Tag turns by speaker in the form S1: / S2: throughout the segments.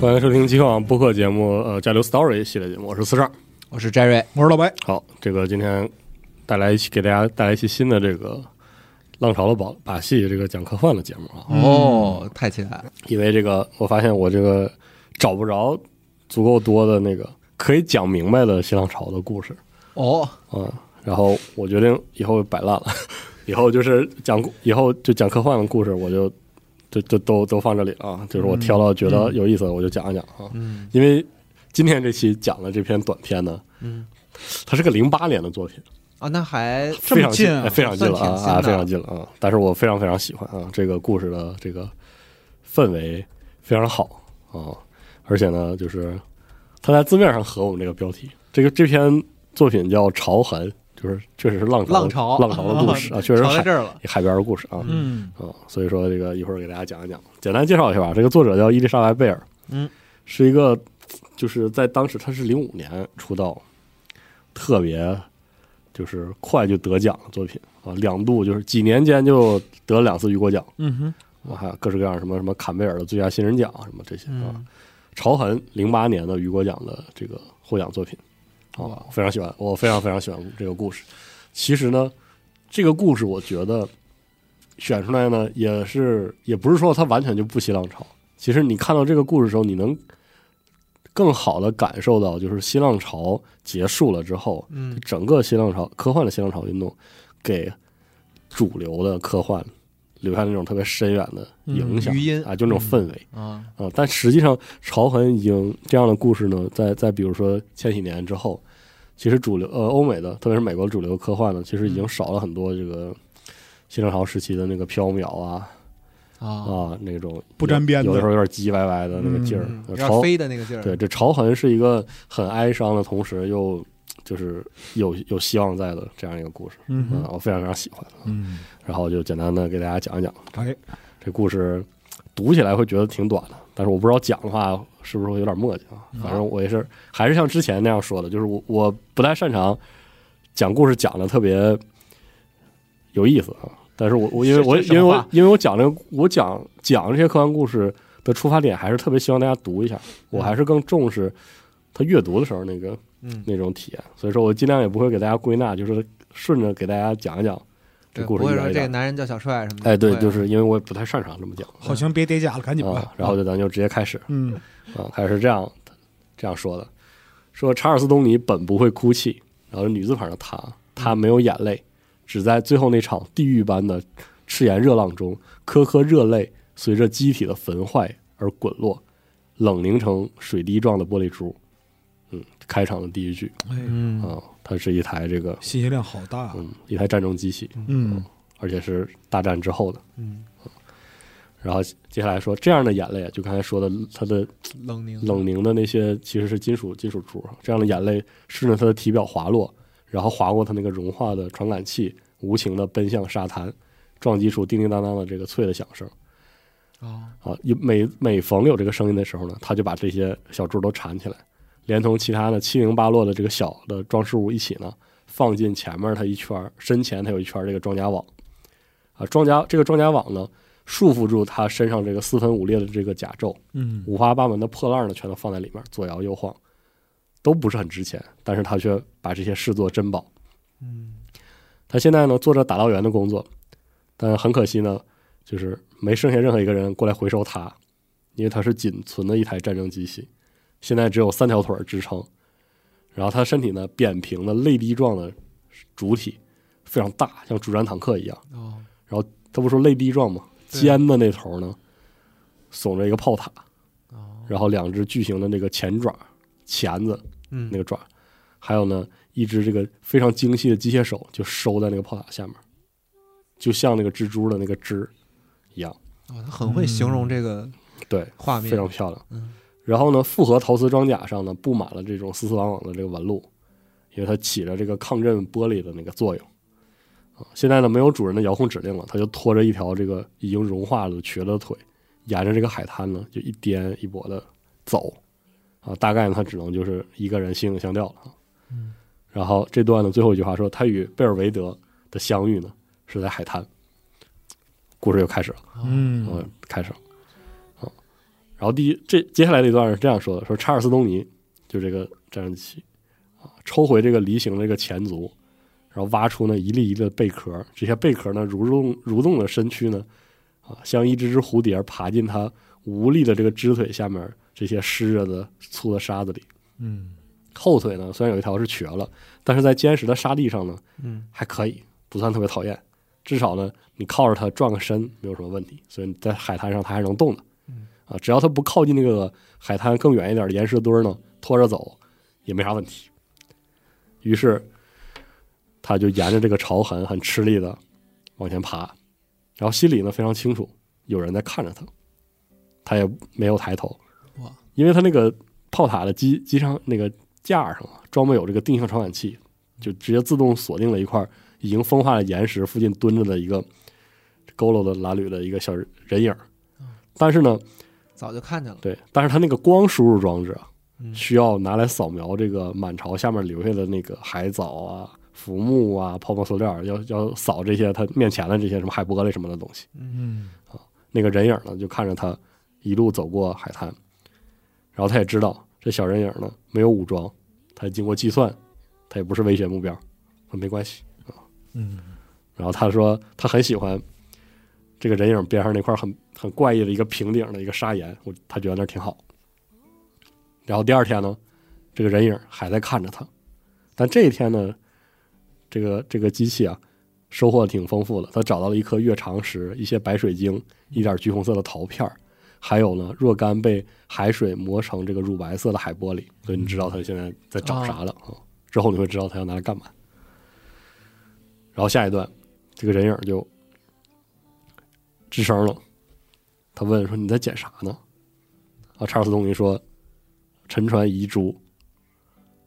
S1: 欢迎收听机网播客节目，呃，交流 Story 系列节目，我是四十二。
S2: 我是 Jerry，
S3: 我是老白，
S1: 好，这个今天带来一期给大家带来一期新的这个浪潮的把把戏这个讲科幻的节目啊，
S2: 哦，太期待了，
S1: 因为这个我发现我这个找不着足够多的那个可以讲明白的新浪潮的故事
S2: 哦，
S1: 啊、嗯，然后我决定以后摆烂了， 以后就是讲以后就讲科幻的故事，我就就就都都放这里啊，就是我挑到觉得有意思的我就讲一讲啊，
S2: 嗯
S1: 因为今天这期讲的这篇短片呢，
S2: 嗯，
S1: 它是个零八年的作品。
S2: 啊，那还
S3: 这么
S1: 非常
S3: 近啊
S1: 哎非常近
S2: 算
S1: 了啊啊，
S2: 挺近的
S1: 非常近了啊！但是我非常非常喜欢啊，这个故事的这个氛围非常好啊，而且呢，就是它在字面上合我们这个标题。这个这篇作品叫《潮痕》，就是确实是浪潮
S2: 浪潮
S1: 浪潮的故事 啊，确实是
S2: 吵在
S1: 海
S2: 这儿了，
S1: 海边的故事啊。
S3: 嗯
S1: 啊、所以说这个一会儿给大家讲一讲，简单介绍一下吧。这个作者叫伊丽莎白·贝尔，
S2: 嗯，
S1: 是一个就是在当时她是零五年出道，特别就是快就得奖的作品啊，两度就是几年间就得了两次雨果奖，
S2: 嗯哼，
S1: 啊，还有各式各样什么什么坎贝尔的最佳新人奖什么这些啊。
S2: 嗯，
S1: 潮痕零八年的雨果奖的这个获奖作品，啊
S2: 哇，
S1: 非常喜欢，我非常非常喜欢这个故事。其实呢，这个故事我觉得选出来呢，也是也不是说它完全就不新浪潮。其实你看到这个故事的时候，你能更好的感受到，就是新浪潮结束了之后，
S2: 嗯，
S1: 整个新浪潮科幻的新浪潮运动给主流的科幻留下那种特别深远的影响、
S2: 嗯余音
S1: 啊，就那种氛围。
S2: 啊，
S1: 啊，但实际上潮痕已经这样的故事呢，在在比如说千禧年之后，其实主流呃欧美的，特别是美国主流科幻呢，其实已经
S3: 嗯
S1: 少了很多这个新浪潮时期的那个飘渺啊
S2: 啊，
S1: 啊那种
S3: 不沾边的
S1: 有的时候有点唧唧歪歪的那个劲儿
S2: 嗯。有
S1: 呃
S2: 点
S1: 潮
S2: 飞的那个劲儿，
S1: 对这潮痕是一个很哀伤的同时又就是有有希望在的这样一个故事
S3: 嗯
S1: 啊
S3: 哼，
S1: 我非常非常喜欢。
S3: 嗯，
S1: 然后就简单的给大家讲一讲。
S3: 哎，
S1: 这故事读起来会觉得挺短的，但是我不知道讲的话是不是会有点墨迹啊。
S2: 嗯
S1: 反正我也是，还是像之前那样说的，就是我我不太擅长讲故事讲的特别有意思啊。但是我我因为我
S2: 这
S1: 因
S2: 这什
S1: 为
S2: 么
S1: 我
S2: 话
S1: 因为我讲这个我讲讲这些科幻故事的出发点，还是特别希望大家读一下，我还是更重视他阅读的时候那个
S2: 嗯，
S1: 那种体验，所以说我尽量也不会给大家归纳，就是顺着给大家讲一讲这
S2: 对，
S1: 故
S2: 不
S1: 事一
S2: 会
S1: 点
S2: 说
S1: 一
S2: 这个
S1: 点。
S2: 男人叫小帅什么的，啊
S1: 哎，对
S2: 不，会
S1: 就是因为我也不太擅长这么讲。
S3: 好行，别叠加了，赶紧吧
S1: 啊，。然后就咱就直接开始
S3: 嗯，
S1: 啊，开始这样这样说的，说查尔斯东尼本不会哭泣，然后女字旁的她，她没有眼泪，只在最后那场地狱般的赤炎热浪中，颗颗热泪随着机体的焚坏而滚落，冷凝成水滴状的玻璃珠。嗯，开场的第一句
S3: 哎，
S2: 嗯，
S1: 啊，它是一台这个
S3: 信息量好大。
S1: 嗯一台战争机器，
S3: 嗯
S1: 而且是大战之后的。
S2: 嗯，
S1: 然后接下来说这样的眼泪，就刚才说的，它的
S2: 冷凝，
S1: 冷凝的那些其实是金属金属珠，这样的眼泪顺着他的体表滑落，然后划过他那个融化的传感器，无情的奔向沙滩，撞击出叮叮当当的这个脆的响声。
S2: 哦，
S1: 啊，有每每逢有这个声音的时候呢，他就把这些小珠都缠起来，连同其他的七零八落的这个小的装饰物一起呢，放进前面它一圈儿，身前它有一圈儿这个装甲网，啊，装甲这个装甲网呢，束缚住他身上这个四分五裂的这个甲胄，
S3: 嗯，
S1: 五花八门的破烂呢，全都放在里面，左摇右晃，都不是很值钱，但是他却把这些视作珍宝。
S2: 嗯，
S1: 他现在呢做着打捞员的工作，但很可惜呢，就是没剩下任何一个人过来回收他，因为他是仅存的一台战争机器，现在只有三条腿儿支撑，然后他身体呢扁平的泪滴状的主体，非常大，像主战坦克一样。
S2: 哦，
S1: 他不说泪滴状吗？
S2: 对
S1: 尖的那头呢，耸着一个炮塔，
S2: 哦，
S1: 然后两只巨型的那个前爪、钳子
S2: 嗯，
S1: 那个爪，还有呢一只这个非常精细的机械手就收在那个炮塔下面，就像那个蜘蛛的那个汁一样，
S2: 哦，他很会形容这个
S1: 对，
S2: 画面，
S1: 非常漂亮。
S2: 嗯
S1: 然后呢，复合陶瓷装甲上呢布满了这种丝丝网网的这个纹路，因为它起着这个抗震玻璃的那个作用。啊，现在呢没有主人的遥控指令了，它就拖着一条这个已经融化了瘸了的腿，沿着这个海滩呢就一颠一跛的走。啊，大概呢他只能就是一个人形影相吊了。啊
S2: 嗯
S1: 然后这段的最后一句话说，他与贝尔维德的相遇呢是在海滩。故事又开始了。
S2: 哦
S3: 嗯
S1: 嗯，开始了。啊，然后第一这接下来的一段是这样说的：说查尔斯东尼就这个战争机器啊，抽回这个梨形的这个前足，然后挖出呢一粒一粒的贝壳，这些贝壳呢蠕动蠕动的身躯呢啊，像一只只蝴蝶爬进它无力的这个肢腿下面这些湿热的粗的沙子里。
S2: 嗯
S1: 后腿呢虽然有一条是瘸了，但是在坚实的沙地上呢
S2: 嗯
S1: 还可以，不算特别讨厌。至少呢，你靠着它转个身没有什么问题，所以你在海滩上它还能动的。
S2: 嗯
S1: 啊，只要它不靠近那个海滩更远一点的岩石堆儿呢，拖着走也没啥问题。于是，他就沿着这个潮痕很吃力的往前爬，然后心里呢非常清楚有人在看着他，他也没有抬头
S2: 哇，
S1: 因为他那个炮塔的机机上那个架上啊装备有这个定向传感器，就直接自动锁定了一块已经风化的岩石附近蹲着的一个佝偻的褴褛的一个小人影儿。但是呢，
S2: 早就看见了，
S1: 对，但是它那个光输入装置啊
S2: 嗯
S1: 需要拿来扫描这个满潮下面留下的那个海藻啊、浮木啊、泡沫塑料，要要扫这些它面前的这些什么海玻璃什么的东西。
S3: 嗯，
S1: 那个人影呢，就看着他一路走过海滩，然后他也知道这小人影呢没有武装，他经过计算，他也不是威胁目标，没关系啊。
S3: 嗯。
S1: 然后他说他很喜欢这个人影边上那块很很怪异的一个平顶的一个砂岩，我他觉得那儿挺好。然后第二天呢，这个人影还在看着他，但这一天呢，这个这个机器啊，收获挺丰富的。他找到了一颗月长石、一些白水晶、一点橘红色的陶片儿，还有呢若干被海水磨成这个乳白色的海玻璃。所以你知道他现在在找啥了啊、之后你会知道他要拿来干嘛。然后下一段，这个人影就吱声了，他问说：“你在捡啥呢？”啊，查尔斯·东尼说：“沉船遗珠。”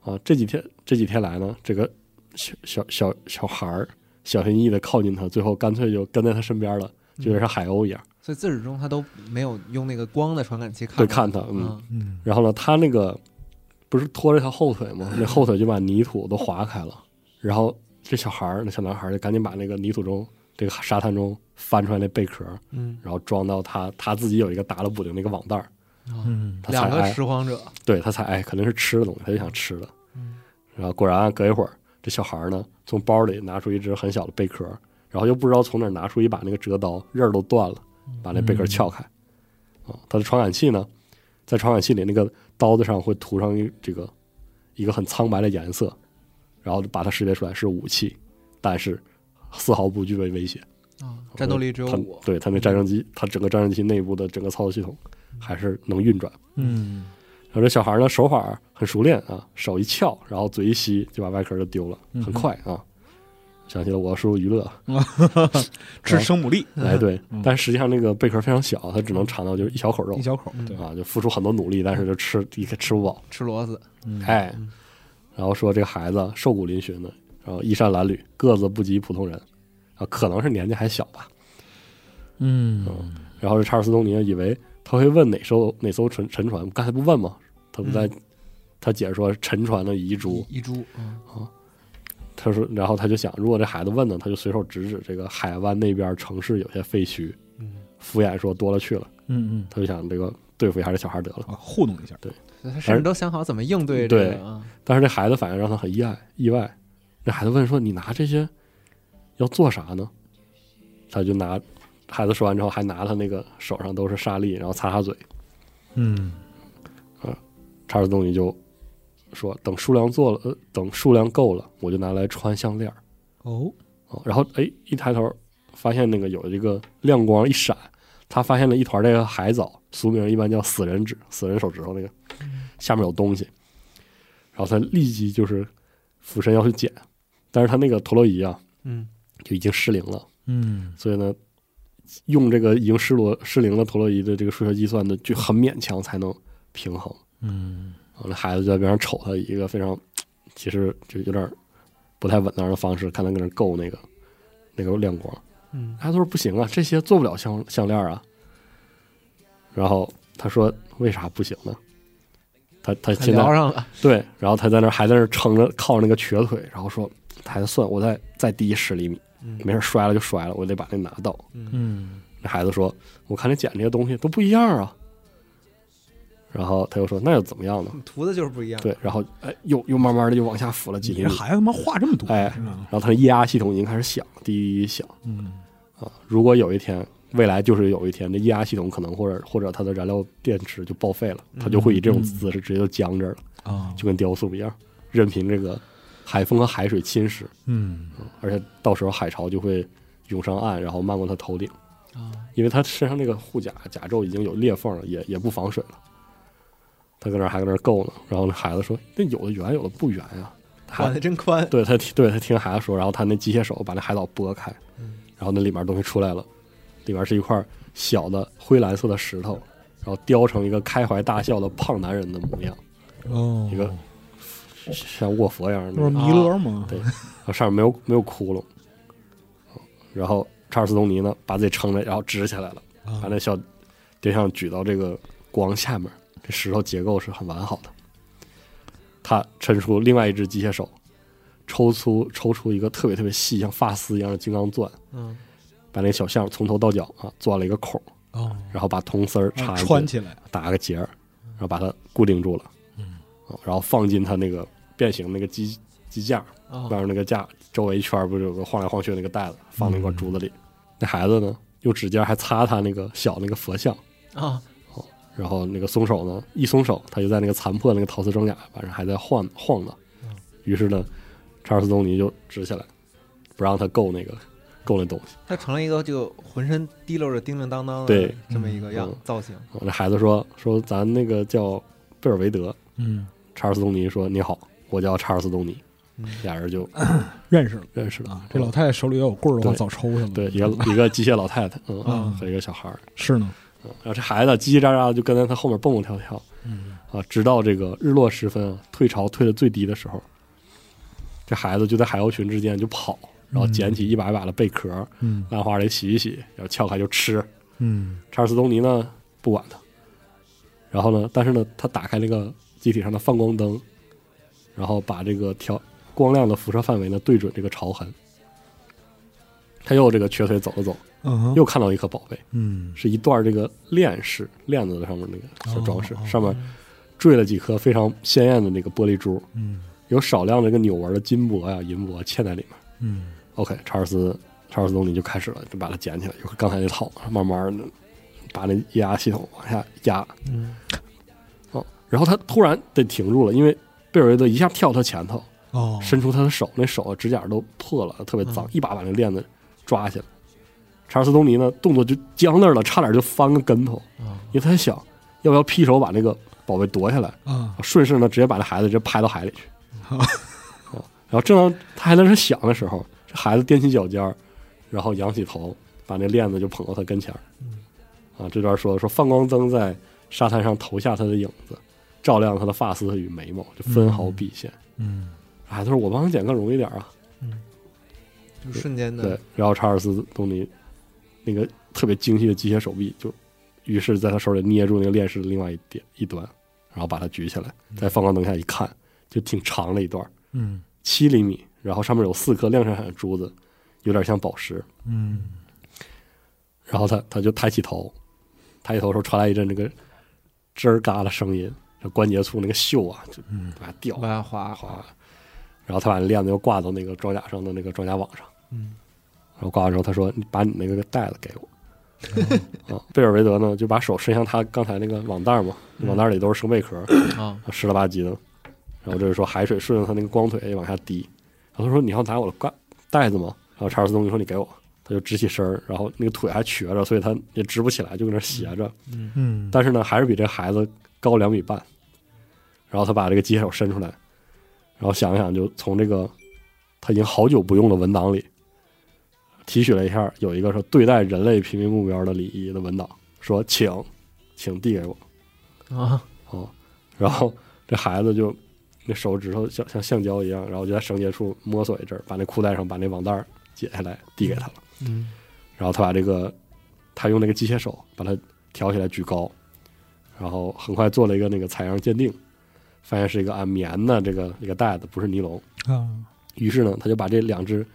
S1: 啊，这几天这几天来呢，这个小小小小孩儿小心翼翼的靠近他，最后干脆就跟在他身边了，就有
S2: 嗯
S1: 点像海鸥一样，
S2: 所以自始至终他都没有用那个光的传感器看
S1: 对，
S2: 过，
S1: 看他，嗯。
S2: 嗯
S3: 嗯
S1: 然后呢，他那个不是拖着他后腿吗？那后腿就把泥土都划开了，然后这小孩儿，那小男孩儿就赶紧把那个泥土中这个沙滩中翻出来那贝壳，
S2: 嗯
S1: 然后装到他他自己有一个打了补丁那个网袋儿，
S2: 啊，
S3: 嗯
S1: 他才
S2: 两个
S1: 哎
S2: 拾荒者，
S1: 对他才哎，肯定是吃的东西，他就想吃的。
S2: 嗯
S1: 然后果然隔一会儿，这小孩儿呢从包里拿出一只很小的贝壳，然后又不知道从哪儿拿出一把那个折刀，刃儿都断了，把那贝壳撬开。啊，他的传感器呢，在传感器里那个刀子上会涂上一这个一个很苍白的颜色，然后把它识别出来是武器，但是丝毫不具备威胁。嗯
S2: 啊，战斗力只有
S1: 它
S2: 五，
S1: 对它那战争机，它整个战争机内部的整个操作系统还是能运转。
S3: 嗯
S1: 然后这小孩呢手法很熟练啊，手一翘，然后嘴一吸，就把外壳就丢了，
S3: 嗯
S1: 很快啊。想起了我叔娱乐，
S3: 吃生牡蛎
S1: 哎对，但实际上那个贝壳非常小，它只能尝到就是一小口肉
S3: 嗯一小口儿，
S2: 对
S1: 啊，就付出很多努力，但是就吃一个吃不饱，
S2: 吃螺丝，
S3: 嗯
S1: 哎，然后说这个孩子瘦骨嶙峋的，然后衣衫褴褛，个子不及普通人，啊，可能是年纪还小吧，
S3: 嗯
S1: 然后这查尔斯·东尼以为他会问哪艘哪艘沉沉船，刚才不问吗？他不
S3: 嗯
S1: 在，他解释说沉船的遗珠。
S2: 一株，嗯
S1: 他说，然后他就想，如果这孩子问呢，他就随手指指这个海湾那边城市有些废墟，
S2: 嗯，
S1: 敷衍说多了去了。
S3: 嗯
S1: 他就想这个对付一下这小孩得了。
S3: 啊，互动一下，
S2: 所以他甚至都想好怎么应对这
S1: 嗯对
S2: 个啊，
S1: 但是这孩子反应让他很意外，意外。那孩子问说：“你拿这些要做啥呢？”他就拿孩子说完之后，还拿他那个手上都是沙粒，然后擦擦嘴。
S3: 嗯
S1: 查尔斯·东尼就说：“等数量做了，呃，等数量够了，我就拿来穿项链儿。
S3: 哦，
S1: 哦”然后哎，一抬头发现那个有这个亮光一闪，他发现了一团这个海藻，俗名一般叫死人指、死人手指头那个，下面有东西。然后他立即就是俯身要去捡，但是他那个陀螺仪啊
S2: 嗯
S1: 就已经失灵了，
S3: 嗯
S1: 所以呢，用这个已经失落失灵的陀螺仪的这个数学计算呢，就很勉强才能平衡。
S3: 嗯
S1: 然后那孩子就在边上瞅他，以一个非常其实就有点不太稳当的方式，看他搁那够那个那个亮光。
S2: 嗯
S1: 他说不行啊，这些做不了项项链啊。然后他说为啥不行呢？他他
S2: 还
S1: 呃现
S2: 聊
S1: 在
S2: 上了，
S1: 对，然后他在那儿还在那儿撑着靠着那个瘸腿，然后说还算我再再低十厘米，
S2: 嗯
S1: 没事摔了就摔了，我得把那拿到。
S3: 嗯
S1: 那孩子说：“我看你捡这些东西都不一样啊。”然后他又说：“那又怎么样呢
S2: 图的就是不一？”样。
S1: 对，然后哎，又又慢慢的又往下俯了几
S3: 你
S1: 厘
S3: 这
S1: 米，
S3: 孩子他妈话这么多，
S1: 哎
S3: 是吧
S1: 然后他的液压系统已经开始响，滴滴滴响
S3: 嗯
S1: 啊！如果有一天，未来就是有一天，这液压系统可能或者或者它的燃料电池就报废了，它就会以这种姿势直接就僵这儿了，
S3: 啊，
S1: 就跟雕塑一样，任凭这个海风和海水侵蚀，
S3: 嗯
S1: 而且到时候海潮就会涌上岸，然后漫过他头顶，
S2: 啊，
S1: 因为他身上那个护甲甲胄已经有裂缝了，也也不防水了。他搁那儿还搁那儿够呢，然后那孩子说：“那有的圆，有的不圆呀、他
S2: 管的真宽。
S1: 对他听对他听孩子说，然后他那机械手把那海藻拨开，
S2: 嗯
S1: 然后那里面东西出来了，里面是一块小的灰蓝色的石头，然后雕成一个开怀大笑的胖男人的模样，
S3: 哦，
S1: 一个像卧佛一样的那
S3: 那
S1: 种
S3: 是弥勒吗？
S1: 对然后上面没有没有窟窿。然后查尔斯·东尼呢，把自己撑着，然后直起来了，
S3: 啊
S1: 把那小雕像举到这个光下面。这石头结构是很完好的。他抻出另外一只机械手，抽出抽出一个特别特别细，像发丝一样的金刚钻，
S2: 嗯，
S1: 把那小象从头到脚啊钻了一个孔，
S3: 哦，
S1: 然后把铜丝儿
S3: 然
S1: 啊插进去
S3: 后啊穿起来，
S1: 打个结儿，然后把它固定住了，
S3: 嗯
S1: 啊，然后放进它那个变形那个机机架，外
S2: 哦，
S1: 面那个架周围一圈儿不是有个晃来晃去的那个袋子，放那块竹子里。
S2: 嗯
S1: 那孩子呢，用指尖还擦他那个小那个佛像，
S2: 啊，
S1: 然后那个松手呢，一松手，他就在那个残破那个陶瓷装甲，反正还在晃晃呢
S2: 嗯。
S1: 于是呢，查尔斯·东尼就直起来，不让他够那个够那东西。
S2: 它成了一个这个浑身滴溜着叮叮当当的
S1: 对
S2: 这么一个样
S1: 嗯
S2: 造型。
S1: 啊那孩子说说咱那个叫贝尔维德，
S3: 嗯，
S1: 查尔斯·东尼说你好，我叫查尔斯·东尼。
S2: 嗯
S1: 俩人就
S3: 认识了
S1: 认识了
S3: 啊。这老太太手里要有棍儿的话，
S1: 对
S3: 早抽上了。
S1: 对一个一个机械老太太，嗯，
S3: 啊
S1: 和一个小孩儿。
S3: 是呢，
S1: 嗯然后这孩子叽叽喳喳的就跟在他后面蹦蹦跳跳
S3: 嗯
S1: 啊，直到这个日落时分啊，退潮退的最低的时候，这孩子就在海鸥群之间就跑，然后捡起一把一把的贝壳，
S3: 嗯
S1: 浪花里洗一洗，然后撬开就吃。
S3: 嗯
S1: 查尔斯·东尼呢不管他，然后呢，但是呢，他打开那个机体上的泛光灯，然后把这个调光亮的辐射范围呢对准这个潮痕，他又这个瘸腿走了走，
S3: 嗯，
S1: 又看到一颗宝贝。
S3: 嗯
S1: 是一段这个链式链子的上面那个小装饰，
S3: 哦哦
S1: 上面缀了几颗非常鲜艳的那个玻璃珠，
S3: 嗯
S1: 有少量的这个纽纹的金箔呀、银箔啊嵌在里面。
S3: 嗯
S1: OK，查尔斯查尔斯东尼就开始了，就把它捡起来，就是刚才那套，慢慢的把那液压系统往下压。
S2: 嗯，
S1: 哦，然后他突然得停住了，因为贝尔维德一下跳他前头，
S3: 哦，
S1: 伸出他的手，那手指甲都破了，特别脏，
S2: 嗯
S1: 一把把那链子抓起来。查尔斯东尼呢，动作就僵那儿了，差点就翻个跟头。
S2: 啊，
S1: 因为他在想要不要劈手把那个宝贝夺下来，
S3: 啊
S1: 顺势呢直接把这孩子直接拍到海里去。
S3: 好
S1: 哦然后正当他还在那想的时候，这孩子踮起脚尖儿，然后仰起头，把那链子就捧到他跟前儿。
S3: 嗯
S1: 啊，这段说说泛光灯在沙滩上投下他的影子，照亮他的发丝与眉毛，就分毫毕现。
S3: 嗯
S1: 孩子说：“我帮你捡更容易点儿啊。
S2: 就瞬间”
S1: 对
S2: 的，，
S1: 然后查尔斯·东尼那个特别精细的机械手臂，就于是在他手里捏住那个链式的另外一点一端，然后把它举起来，在放光灯下一看，就挺长的一段，
S3: 嗯
S1: 七厘米，然后上面有四颗亮闪闪的珠子，有点像宝石。
S3: 嗯
S1: 然后他他就抬起头，抬起头的时候传来一阵那个吱儿嘎的声音，这关节处那个锈啊就
S3: 嗯
S1: 往下掉，
S2: 往下滑
S1: 哗，啊然后他把链子又挂到那个装甲上的那个装甲网上，
S2: 嗯，
S1: 然后挂完之后，他说：“你把你那个袋子给我。 啊，贝尔维德呢就把手伸向他刚才那个网袋嘛，网袋里都是生贝壳，
S2: 啊，
S1: 湿了吧唧的。然后这是说海水顺着他那个光腿也往下滴。然后他说：“你要拿我的挂袋子吗？”然后查尔斯东尼说：“你给我。”他就直起身儿，然后那个腿还瘸着，所以他也直不起来，就搁那儿斜着。
S3: 嗯，
S1: 但是呢，还是比这孩子高两米半。然后他把这个机械手伸出来，然后想一想，就从这个他已经好久不用的文档里提取了一下，有一个说对待人类平民目标的礼仪的文档，说请，请递给我
S2: 啊，
S1: 哦。然后这孩子就那手指头像像橡胶一样，然后就在绳结处摸索一阵儿，把那裤带上把那网袋儿解下来递给他了。
S2: 嗯，
S1: 然后他把这个，他用那个机械手把它挑起来举高，然后很快做了一个那个采样鉴定，发现是一个啊棉的这个一个袋子，不是尼龙。
S3: 啊
S1: 于是呢，他就把这两只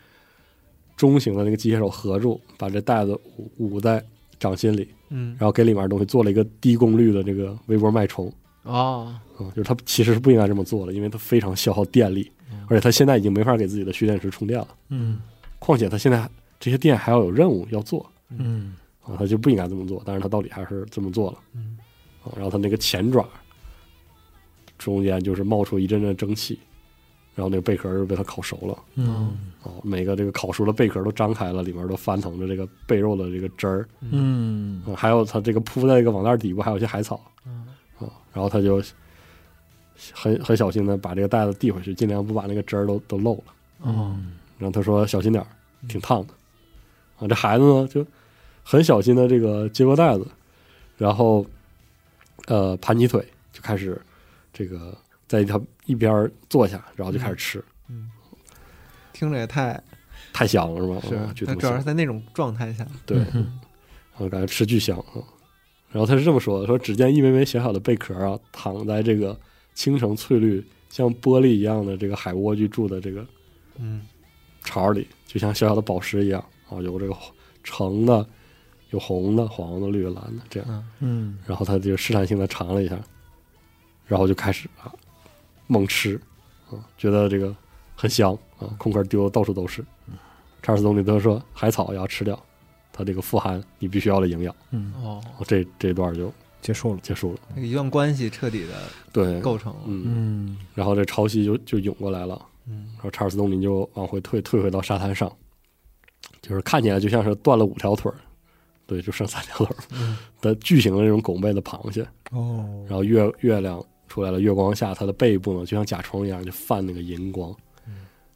S1: 中型的那个机械手合住，把这袋子捂捂在掌心里，
S2: 嗯，
S1: 然后给里面的东西做了一个低功率的这个微波脉冲，
S2: 哦，
S1: 嗯，就是他其实是不应该这么做的，因为他非常消耗电力，而且他现在已经没法给自己的蓄电池充电了。
S3: 嗯
S1: 况且他现在这些店还要有任务要做
S3: 嗯
S1: 啊，他就不应该这么做，但是他到底还是这么做了。
S2: 嗯
S1: 啊，然后他那个前爪中间就是冒出一阵阵蒸汽，然后那个贝壳就被他烤熟了。
S3: 嗯
S1: 哦，每个这个烤熟的贝壳都张开了，里面都翻腾着这个贝肉的这个汁儿、
S3: 嗯
S1: 嗯还有它这个铺在这个网袋底部还有一些海草
S2: 嗯
S1: 啊、然后他就很很小心的把这个袋子递回去，尽量不把那个汁儿都都漏了。
S2: 嗯
S3: 哦
S1: 然后他说小心点儿，挺烫的啊。这孩子呢就很小心的这个接过袋子，然后呃盘起腿就开始这个在他一边儿坐下，然后就开始吃，
S2: 嗯，听着也太
S1: 太香了是吧？啊
S2: 是，
S1: 就这
S2: 他
S1: 么
S2: 主要
S1: 香
S2: 是在那种状态下，
S1: 对。
S3: 嗯
S1: 我感觉吃巨香啊。然后他是这么说的：说只见一枚枚小小的贝壳啊，躺在这个青橙翠绿、像玻璃一样的这个海蜗居住的这个
S2: 嗯
S1: 巢里，就像小小的宝石一样啊，有这个橙的，有红的、黄的、绿的、蓝的这样。
S2: 嗯
S3: 嗯
S1: 然后他就试探性的尝了一下，然后就开始啊猛吃啊，觉得这个很香啊，空壳丢的到处都是。查尔斯·东尼德说：“海草也要吃掉，它这个富含你必须要的营养。啊
S3: 嗯，
S2: 哦，”
S1: 这这段就
S3: 结束了。
S1: 结束了。
S2: 那个一段关系彻底的
S1: 对，
S2: 构成了，
S1: 嗯，
S3: 嗯
S1: 然后这潮汐就就涌过来了，
S2: 嗯
S1: 然后查尔斯东林就往回退，退回到沙滩上，就是看起来就像是断了五条腿儿，对，就剩三条腿儿
S2: 嗯
S1: 的巨型的那种拱背的螃蟹，
S3: 哦
S1: 然后月月亮出来了，月光下它的背部呢就像甲虫一样就泛那个银光，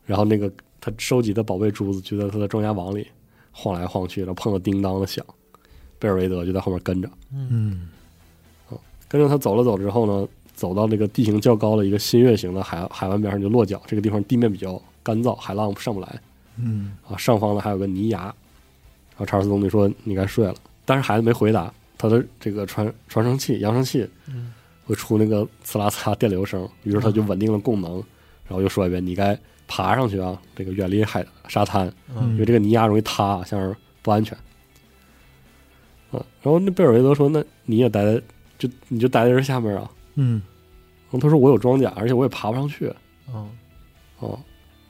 S1: 然后那个他收集的宝贝珠子就在他的庄稼网里晃来晃去，然后碰到叮当的响，贝尔维德就在后面跟着，
S3: 嗯
S1: 跟着他走了走之后呢，走到这个地形较高的一个新月形的海海湾边上就落脚。这个地方地面比较干燥，海浪上不来
S3: 嗯
S1: 啊。上方呢还有个泥崖。然后查尔斯总理说：“你该睡了。”但是孩子没回答，他的这个传传声器、扬声器
S2: 嗯
S1: 会出那个刺啦刺啦电流声，于是他就稳定了供能，然后又说一遍：“你该爬上去啊，这个远离海沙滩，
S2: 嗯
S1: 因为这个泥啊崖容易塌，像是不安全。啊，然后那贝尔维德说：“那你也待在，就你就待在这下面啊。
S3: 嗯
S1: 然后他说：“我有装甲，而且我也爬不上去。
S2: 哦”
S1: 哦，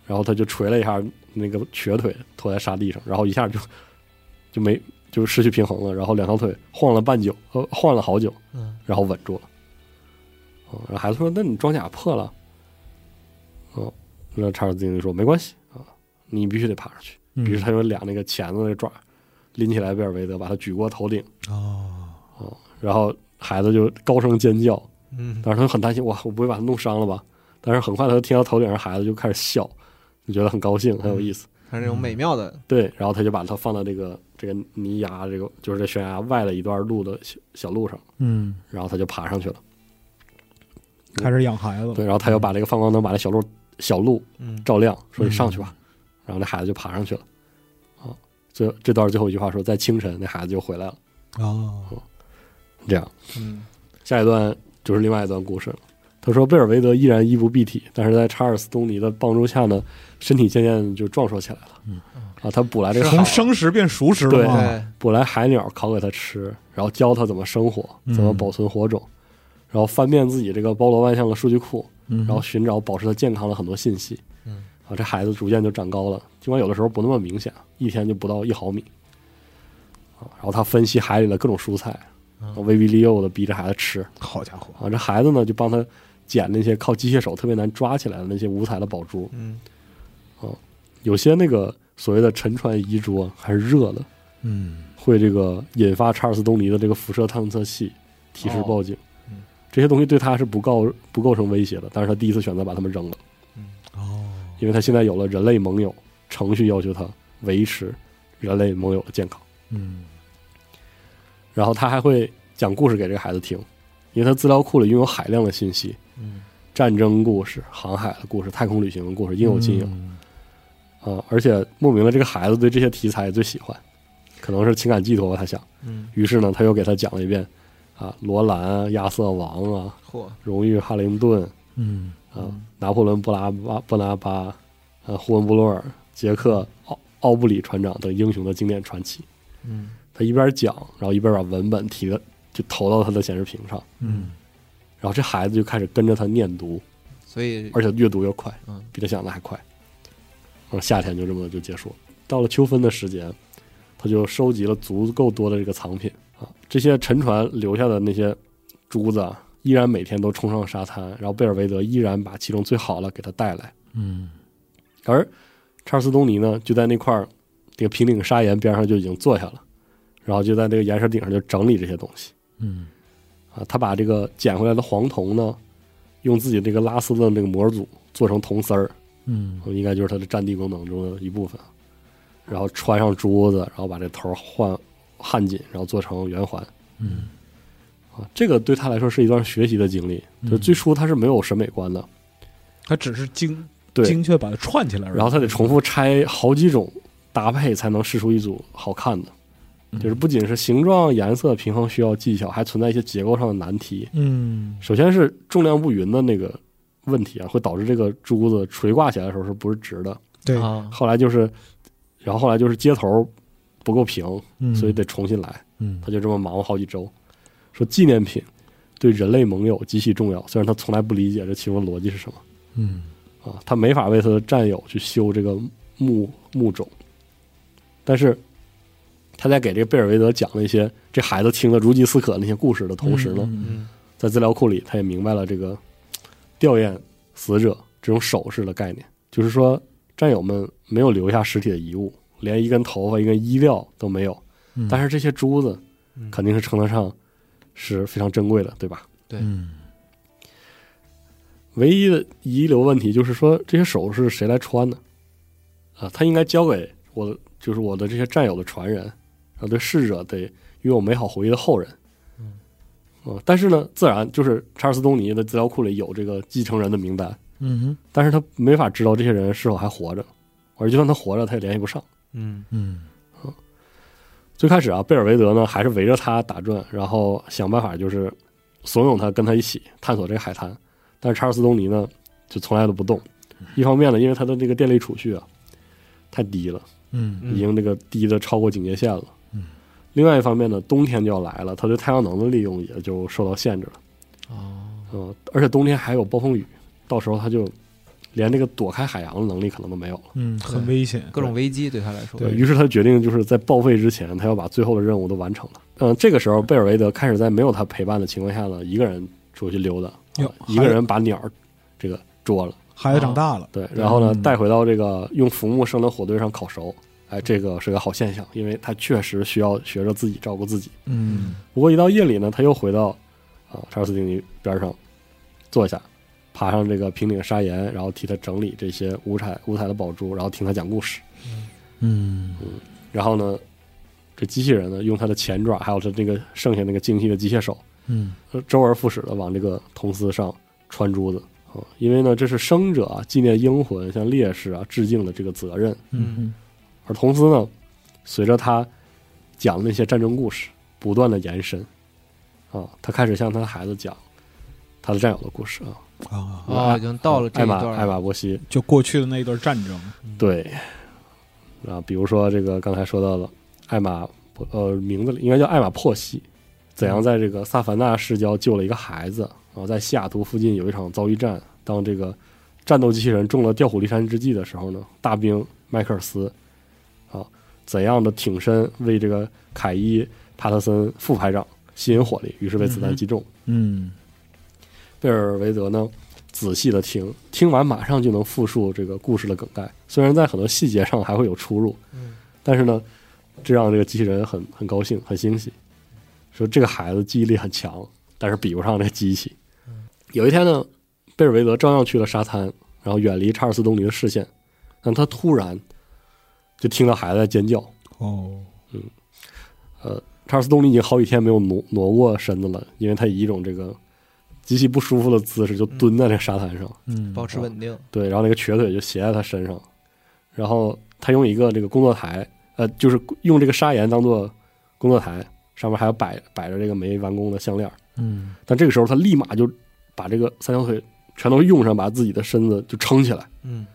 S1: 然后他就捶了一下那个瘸腿，拖在沙地上，然后一下就就没就失去平衡了，然后两条腿晃了半久，呃，晃了好久，
S2: 嗯
S1: 然后稳住了。哦，然后孩子说：“那你装甲破了。”哦，那查尔斯经理说：“没关系啊，你必须得爬上去。”
S3: 嗯，
S1: 于是他有俩那个钳子的爪拎起来贝尔维德，把他举过头顶，嗯
S3: 哦
S1: 然后孩子就高声尖叫，
S2: 嗯
S1: 当时他很担心，哇，我不会把他弄伤了吧？但是很快他就听到头顶上孩子就开始笑，就觉得很高兴，很有
S3: 嗯
S1: 意思。
S2: 它是那种美妙的，
S1: 对，然后他就把他放到这个这个泥崖，这个就是这悬崖外的一段路的小小路上，
S3: 嗯，
S1: 然后他就爬上去了。
S3: 开始养孩子了。
S1: 对，然后他又把这个放光灯把那小路小路
S2: 嗯
S1: 照亮，说你上去吧。然后那孩子就爬上去了。啊，最后这段最后一句话说，在清晨那孩子就回来了。
S3: 哦
S1: 这样，
S2: 嗯
S1: 下一段就是另外一段故事了。他说，贝尔维德依然衣不蔽体，但是在查尔斯东尼的帮助下呢，身体渐渐就壮硕起来了。
S3: 嗯
S1: 啊，他捕来这个海
S2: 是
S3: 从生食变熟食了
S1: 对
S3: 嘛？
S2: 对
S1: 捕来海鸟烤给他吃，然后教他怎么生火，
S3: 嗯
S1: 怎么保存火种，然后翻遍自己这个包罗万象的数据库，
S3: 然
S1: 然后寻找保持他健康的很多信息。
S2: 嗯
S1: 啊，这孩子逐渐就长高了，尽管有的时候不那么明显，一天就不到一毫米。啊，然后他分析海里的各种蔬菜，啊
S2: 嗯
S1: 威逼利诱的逼着孩子吃。
S3: 好家伙，
S1: 啊，这孩子呢就帮他捡那些靠机械手特别难抓起来的那些五彩的宝珠，
S2: 嗯
S1: 有些那个所谓的沉船遗珠啊，还是热的，
S3: 嗯
S1: 会这个引发查尔斯东尼的这个辐射探测器提示
S2: 哦
S1: 报警。
S2: 嗯
S1: 这些东西对他是不构不构成威胁的，但是他第一次选择把它们扔了，
S2: 嗯
S3: 哦
S1: 因为他现在有了人类盟友，程序要求他维持人类盟友的健康。
S3: 嗯
S1: 然后他还会讲故事给这个孩子听，因为他资料库里拥有海量的信息，
S2: 嗯
S1: 战争故事、航海的故事、太空旅行的故事，应有尽有。
S3: 嗯
S1: 啊，而且莫名的这个孩子对这些题材也最喜欢，可能是情感寄托吧，他想。
S2: 嗯，
S1: 于是呢，他又给他讲了一遍啊，罗兰啊、亚瑟王啊、
S2: 嚯，
S1: 荣誉哈林顿
S3: 嗯
S1: 啊、拿破仑布拉巴布拿巴啊、霍恩布洛尔、杰克奥奥布里船长等英雄的经典传奇。
S2: 嗯
S1: 他一边讲，然后一边把文本提的就投到他的显示屏上，
S3: 嗯
S1: 然后这孩子就开始跟着他念读，
S2: 所以
S1: 而且越读越快
S2: 嗯，
S1: 比他想的还快。然后夏天就这么就结束了。到了秋分的时节，他就收集了足够多的这个藏品啊，这些沉船留下的那些珠子啊，依然每天都冲上沙滩，然后贝尔维德依然把其中最好的给他带来。
S3: 嗯
S1: 而查尔斯东尼呢，就在那块儿这个平顶砂岩边上就已经坐下了，然后就在这个岩石顶上就整理这些东西
S3: 嗯
S1: 啊。他把这个捡回来的黄铜呢，用自己这个拉丝的那个模组做成铜丝儿，
S3: 嗯
S1: 应该就是它的占地功能中的一部分。然后穿上珠子，然后把这头儿换焊紧，然后做成圆环
S3: 嗯
S1: 啊。这个对他来说是一段学习的经历，
S3: 嗯
S1: 就最初他是没有审美观的，
S3: 他只是精
S1: 对
S3: 精确把它串起来而已，
S1: 然后他得重复拆好几种搭配才能试出一组好看的。
S3: 嗯
S1: 就是不仅是形状、颜色、平衡需要技巧，还存在一些结构上的难题。
S3: 嗯
S1: 首先是重量不匀的那个问题啊，会导致这个珠子垂挂起来的时候是不是直的？
S3: 对，
S2: 啊，
S1: 后来就是，然后后来就是接头不够平，
S3: 嗯
S1: 所以得重新来。
S3: 嗯
S1: 他就这么忙活好几周。说纪念品对人类盟友极其重要，虽然他从来不理解这其中的逻辑是什么。
S3: 嗯
S1: 啊，他没法为他的战友去修这个墓墓冢，但是他在给这个贝尔维德讲了一些这孩子听了如饥似渴那些故事的同时呢，
S3: 嗯
S2: 嗯
S1: 在资料库里他也明白了这个吊唁死者这种手势的概念，就是说战友们没有留下实体的遗物，连一根头发、一根衣料都没有，
S3: 嗯
S1: 但是这些珠子
S2: 嗯
S1: 肯定是称得上是非常珍贵的，对吧？
S3: 嗯
S1: 唯一的遗留问题就是说，这些手是谁来穿的？啊，他应该交给我的，就是我的这些战友的传人，啊，对逝者得拥有美好回忆的后人。
S2: 嗯
S1: 啊，但是呢，自然就是查尔斯东尼的资料库里有这个继承人的名单，
S3: 嗯哼
S1: 但是他没法知道这些人是否还活着，而就算他活着，他也联系不上。
S2: 嗯
S3: 嗯
S1: 最开始啊，贝尔维德呢还是围着他打转，然后想办法就是怂恿他跟他一起探索这个海滩。但是查尔斯东尼呢，就从来都不动。一方面呢，因为他的这个电力储蓄啊太低了，
S3: 嗯
S1: 已经这个低的超过警戒线了。
S3: 嗯。
S1: 另外一方面呢，冬天就要来了，他对太阳能的利用也就受到限制了。
S2: 哦，
S1: 嗯，而且冬天还有暴风雨，到时候他就连这个躲开海洋的能力可能都没有了。
S3: 嗯，很危险，
S2: 各种危机对他来说，
S3: 对
S1: 于是他决定就是在报废之前，他要把最后的任务都完成了。嗯，这个时候贝尔维德开始在没有他陪伴的情况下呢，一个人出去溜达，
S3: 哟
S1: 啊一个人把鸟儿这个捉了，
S3: 孩子长大了，
S1: 啊对，然后呢
S3: 嗯
S1: 带回到这个用浮木生的火堆上烤熟。哎，这个是个好现象，因为他确实需要学着自己照顾自己。
S3: 嗯
S1: 不过一到夜里呢，他又回到啊查尔斯汀尼边上坐下，爬上这个平顶砂岩，然后替他整理这些五彩五彩的宝珠，然后听他讲故事。
S3: 嗯
S1: 然后呢，这机器人呢用它的前爪，还有它这个剩下那个精细的机械手，
S3: 嗯
S1: 呃周而复始的往这个铜丝上穿珠子啊、因为呢，这是生者啊纪念英魂、向烈士啊致敬的这个责任。
S3: 嗯
S1: 而铜丝呢，随着他讲那些战争故事不断的延伸啊，他开始向他的孩子讲他的战友的故事啊，
S3: 啊，
S2: 哦，已经到了这
S1: 艾
S2: 一
S1: 玛
S2: 段
S1: 艾
S2: 了，
S1: 玛波西
S3: 就过去的那一段战争，
S1: 对，啊，比如说这个刚才说到了艾玛，呃，名字里应该叫艾玛珀西，怎样在这个萨凡纳市郊救了一个孩子，然后在西雅图附近有一场遭遇战，当这个战斗机器人中了调虎离山之计的时候呢，大兵迈克尔斯，啊，怎样的挺身为这个凯伊帕特森副排长吸引火力，于是被子弹击中。
S3: 嗯
S1: 贝尔维德呢，仔细的听，听完马上就能复述这个故事的梗概。虽然在很多细节上还会有出入，
S2: 嗯
S1: 但是呢，这让这个机器人很很高兴，很欣喜，说这个孩子记忆力很强，但是比不上这机器。有一天呢，贝尔维德照样去了沙滩，然后远离查尔斯东尼的视线，但他突然就听到孩子在尖叫。
S3: 哦
S1: 查尔斯东尼已经好几天没有挪挪过身子了，因为他以一种这个极其不舒服的姿势就蹲在这沙滩上。
S3: 嗯
S2: 保持稳定，
S1: 对，然后那个瘸腿就斜在他身上，然后他用一个这个工作台，呃，就是用这个砂岩当做工作台，上面还有摆摆着这个没完工的项链儿。
S3: 嗯
S1: 但这个时候他立马就把这个三条腿全都用上，把自己的身子就撑起来
S2: 嗯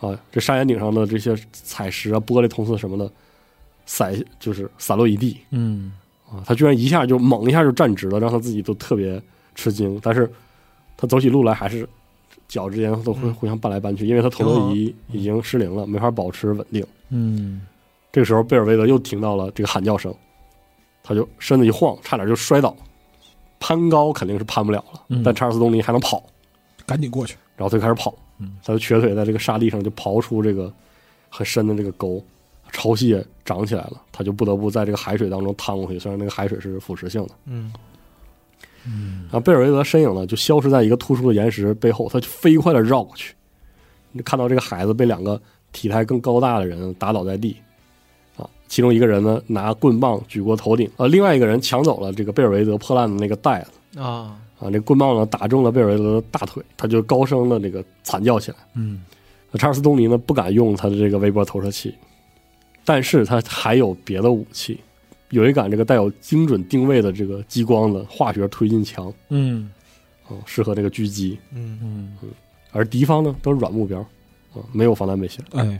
S1: 啊！这砂岩顶上的这些彩石啊、玻璃、铜丝什么的，散就是散落一地
S3: 嗯
S1: 啊！他居然一下就猛一下就站直了，让他自己都特别吃惊。但是他走起路来还是脚之间都会
S2: 嗯
S1: 互相绊来绊去，因为他头
S2: 挺
S3: 哦
S2: 好
S1: 轮仪已经失灵了，没法保持稳定。
S3: 嗯
S1: 这个时候，贝尔维德又听到了这个喊叫声，他就身子一晃，差点就摔倒。攀高肯定是攀不了了，
S3: 嗯
S1: 但查尔斯东尼还能跑，
S3: 赶紧过去。
S1: 然后他就开始跑
S3: 嗯，
S1: 他就瘸腿在这个沙地上就刨出这个很深的这个沟，潮汐也涨起来了，他就不得不在这个海水当中趟过去。虽然那个海水是腐蚀性的，
S2: 嗯
S1: 然后贝尔维德身影呢就消失在一个突出的岩石背后，他就飞快的绕过去，你就看到这个孩子被两个体态更高大的人打倒在地，啊，其中一个人呢拿棍棒举过头顶，呃，另外一个人抢走了这个贝尔维德破烂的那个袋子，
S2: 啊，
S1: 啊，那棍棒呢打中了贝尔维德的大腿，他就高声的这个惨叫起来。
S3: 嗯
S1: 查尔斯·东尼呢不敢用他的这个微波投射器，但是他还有别的武器，有一杆这个带有精准定位的这个激光的化学推进枪。
S3: 嗯
S1: 啊，适合这个狙击，
S2: 嗯
S3: 嗯，
S1: 而敌方呢都是软目标，啊，没有防弹背心。
S3: 哎，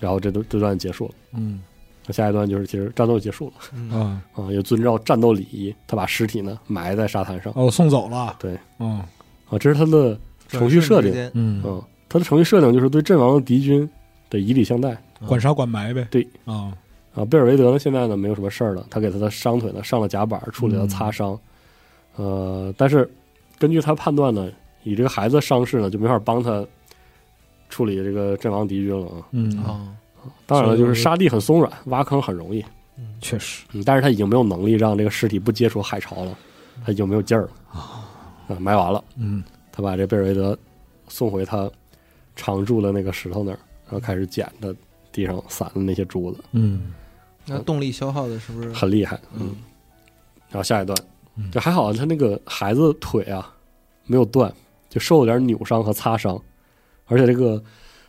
S1: 然后这都这段结束了，
S3: 嗯
S1: 那下一段就是其实战斗结束了
S2: 嗯
S3: 啊，
S1: 啊，也遵照战斗礼仪，他把尸体呢埋在沙滩上
S3: 哦，送走了。
S1: 对，
S3: 嗯
S1: 啊，这是他的程序设定，
S3: 嗯，
S1: 啊，他的程序设定就是对阵亡的敌军的以礼相待
S3: 管杀管埋呗。
S1: 对
S3: 啊，
S1: 啊。贝尔维德呢现在呢没有什么事儿了，他给他的伤腿呢上了夹板，处理了擦伤，呃，但是根据他判断呢，以这个孩子的伤势呢就没法帮他处理这个阵亡敌军了啊。
S3: 嗯，
S2: 啊，
S1: 当然了，
S3: 所以
S1: 就
S3: 就是是
S1: 沙地很松软，挖坑很容易。
S3: 确实，
S1: 嗯，但是他已经没有能力让这个尸体不接触海潮了，他已经没有劲儿了
S2: 哦
S1: 啊，埋完了，
S3: 嗯
S1: 他把这贝尔维德送回他常住的那个石头那儿，然后开始捡他地上散的那些珠子，
S3: 嗯
S2: 那动力消耗的是不是？
S1: 很厉害。
S2: 嗯，
S1: 然后下一段
S3: 嗯，
S1: 就还好啊他那个孩子腿啊没有断，就受了点扭伤和擦伤，而且这个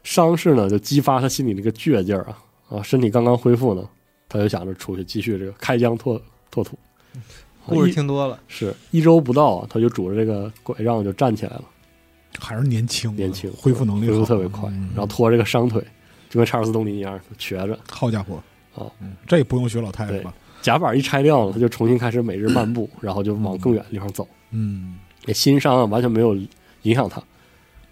S1: 伤势呢就激发他心里那个倔劲儿啊啊，身体刚刚恢复呢，他就想着出去继续这个开疆拓拓土。啊
S2: 故
S1: 一
S2: 事听多了，
S1: 是一周不到啊，他就拄着这个拐杖就站起来了，
S3: 还是年轻啊，
S1: 年轻
S3: 嗯恢复能力
S1: 恢复
S3: 好
S1: 特别快，
S3: 嗯
S1: 然后拖着这个伤腿，就跟查尔斯·东尼一样瘸着，
S3: 好家伙，
S1: 哦
S3: 嗯，这也不用学老太太吧？
S1: 夹板一拆掉了，他就重新开始每日漫步，然后就往更远的地方走。
S3: 嗯
S1: 那新伤啊完全没有影响他，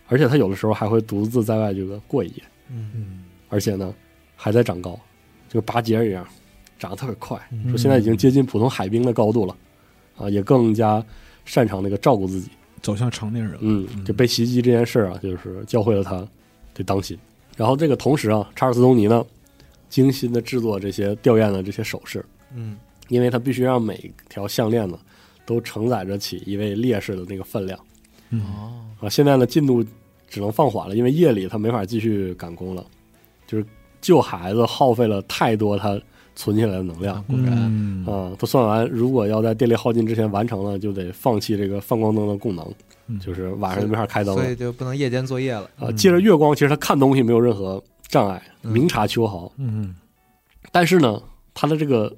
S1: 而且他有的时候还会独自在外这个过一夜，
S2: 嗯
S3: 嗯
S1: 而且呢还在长高，就跟拔节儿一样，长得特别快，
S2: 嗯
S1: 说现在已经接近普通海兵的高度了，啊，也更加擅长那个照顾自己。
S3: 走向成年人了。
S1: 嗯，就被袭击这件事儿啊，就是教会了他得当心。然后这个同时啊，查尔斯·东尼呢，精心的制作这些吊唁的这些首饰，
S2: 嗯
S1: 因为他必须让每条项链呢都承载着起一位烈士的那个分量
S3: 嗯
S2: 哦，
S1: 啊。现在呢，进度只能放缓了，因为夜里他没法继续赶工了，就是救孩子耗费了太多他存起来的能量
S2: 啊果然
S3: 嗯
S1: 啊。他算完，如果要在电力耗尽之前完成了，就得放弃这个泛光灯的功能，
S3: 嗯
S1: 就是晚上就没法开灯了
S2: 所。以就不能夜间作业了。
S1: 啊，
S3: 嗯
S1: 借着月光，其实他看东西没有任何障碍，明察秋毫。
S3: 嗯
S1: 但是呢，他的这个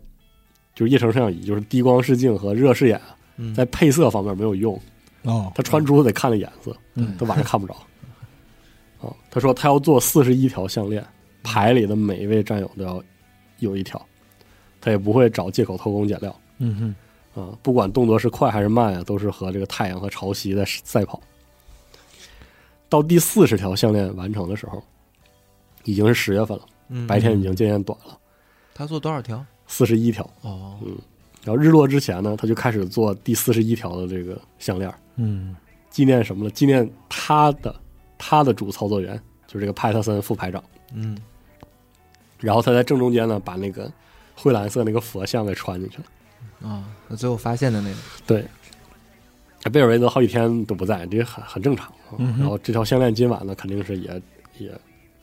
S1: 就是液晶摄像仪，就是低光视镜和热视眼，
S2: 嗯，
S1: 在配色方面没有用。
S3: 哦，
S1: 他穿珠子得看着眼色，
S3: 嗯
S1: 他晚上看不着。 啊，他说他要做四十一条项链，
S3: 嗯
S1: 排里的每一位战友都要有一条，他也不会找借口偷工减料
S3: 嗯哼
S1: 啊。不管动作是快还是慢啊，都是和这个太阳和潮汐在赛跑。到第四十条项链完成的时候，已经是十月份了。
S2: 嗯
S1: 白天已经渐渐短了，
S2: 他做多少条？
S1: 四十一条。
S2: 哦，
S1: 然后日落之前呢，他就开始做第四十一条的这个项链儿，
S3: 嗯
S1: 纪念什么呢？纪念他的他的主操作员，就是这个派特森副排长。
S2: 嗯
S1: 然后他在正中间呢，把那个灰蓝色那个佛像给穿进去了。
S2: 啊，那最后发现的那个，
S1: 对，贝尔维德好几天都不在，这很很正常啊。
S3: 嗯哼
S1: 然后这条项链今晚呢，肯定是也也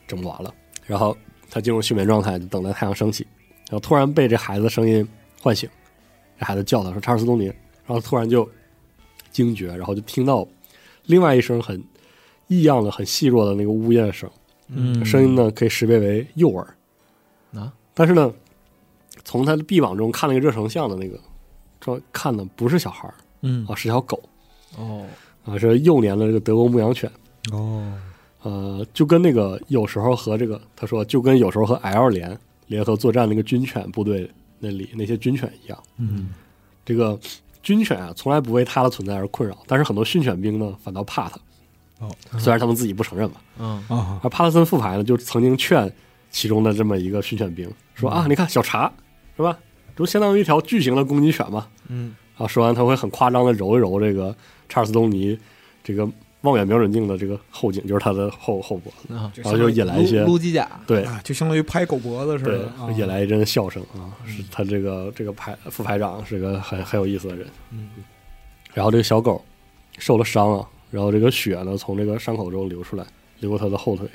S1: 整不完了。然后他进入休眠状态，就等待太阳升起。然后突然被这孩子的声音唤醒，这孩子叫他说：“查尔斯·东尼。”然后突然就惊觉，然后就听到另外一声很异样的、很细弱的那个呜咽声，
S3: 嗯，
S1: 声音呢可以识别为诱饵。
S2: 啊，
S1: 但是呢，从他的臂膀中看那个热成像的那个，这看的不是小孩儿
S3: 嗯
S1: 啊，是条狗
S2: 哦，
S1: 啊，是幼年的这个德国牧羊犬。
S3: 哦
S1: 呃，就跟那个有时候和这个他说，就跟有时候和 L 连联合作战那个军犬部队那里那些军犬一样，
S3: 嗯
S1: 这个军犬啊，从来不为它的存在而困扰，但是很多训犬兵呢，反倒怕它，
S3: 哦
S1: 虽然他们自己不承认吧。
S2: 嗯
S3: 啊，
S1: 而帕特森复牌呢，就曾经劝其中的这么一个训犬兵说啊，你看小茶是吧，这不相当于一条巨型的公鸡犬吗？
S2: 嗯
S1: 啊，说完他会很夸张的揉一揉这个查尔斯东尼这个望远瞄准镜的这个后颈，就是他的后后脖子，
S2: 啊，
S1: 然后就引来一些
S2: 撸撸机甲，
S1: 对
S3: 啊，就相当于拍狗脖子似
S1: 对
S3: 的，啊，嗯
S1: 引来一阵笑声啊，是他这个这个排副排长是个很很有意思的人，
S2: 嗯，
S1: 然后这个小狗受了伤啊，然后这个血呢从这个伤口中流出来，流过他的后腿，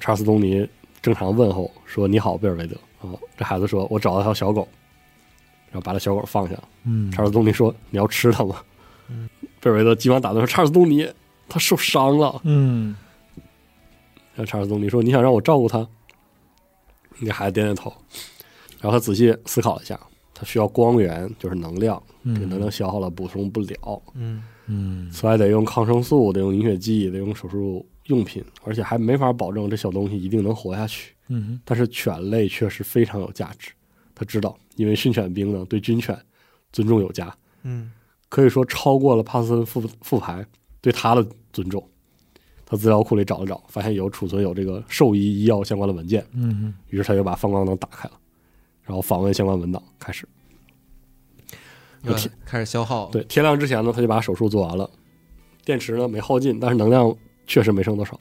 S1: 查尔斯东尼正常问候说：“你好，贝尔维德。”啊，这孩子说：“我找到条小狗。”然后把这小狗放下了，
S3: 嗯，
S1: 查尔斯·东尼说：“你要吃它吗？”贝尔维德急忙打断说：“查尔斯·东尼，他受伤了。
S3: 嗯，”
S1: 然后查尔斯·东尼说：“你想让我照顾他？”那孩子点点头，然后他仔细思考了一下，他需要光源，就是能量，这个能量消耗了补充不了，
S2: 嗯
S3: 嗯，
S1: 此外得用抗生素，得用凝血剂，得用手术用品，而且还没法保证这小东西一定能活下去。
S3: 嗯
S1: 但是犬类确实非常有价值，他知道，因为训犬兵呢对军犬尊重有加，
S2: 嗯
S1: 可以说超过了帕森复复牌对他的尊重。他资料库里找了找，发现有储存有这个兽医医药相关的文件，
S3: 嗯
S1: 于是他就把放光灯打开了，然后访问相关文档，开始。
S2: 要
S1: 天
S2: 开始消耗，
S1: 对，天亮之前呢，他就把手术做完了，电池呢没耗尽，但是能量确实没剩多少。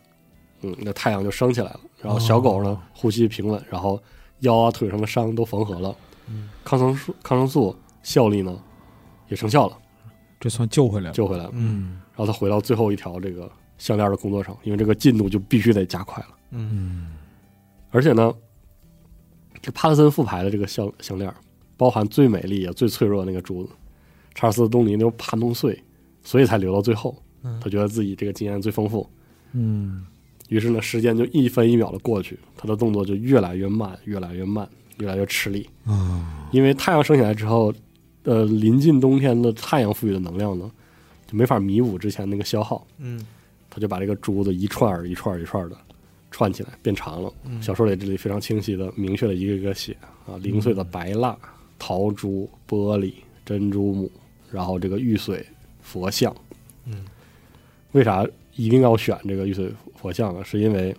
S1: 嗯，那太阳就升起来了，然后小狗呢、呼吸平稳，然后腰啊腿上的伤都缝合了，
S2: 嗯
S1: 抗生素抗生素效力呢也生效了，
S3: 这算救回来了，
S1: 救回来了。
S2: 嗯
S1: 然后他回到最后一条这个项链的工作上，因为这个进度就必须得加快了。
S2: 嗯
S3: 嗯
S1: 而且呢，这帕特森复牌的这个项项链包含最美丽也最脆弱的那个珠子，查尔斯·东尼就怕弄碎，所以才留到最后
S2: 嗯。
S1: 他觉得自己这个经验最丰富，
S3: 嗯
S1: 于是呢，时间就一分一秒的过去，他的动作就越来越慢，越来越慢，越来越吃力。
S3: 啊，
S1: 因为太阳升起来之后，呃，临近冬天的太阳赋予的能量呢，就没法弥补之前那个消耗。
S2: 嗯
S1: 他就把这个珠子一串儿一串儿一串儿的串起来，变长了。
S2: 嗯
S1: 小说里这里非常清晰的、明确的一个一个写啊，零碎的白蜡、陶珠、玻璃、珍珠母，然后这个玉髓佛像。
S2: 嗯，
S1: 为啥一定要选这个玉髓佛像呢？是因为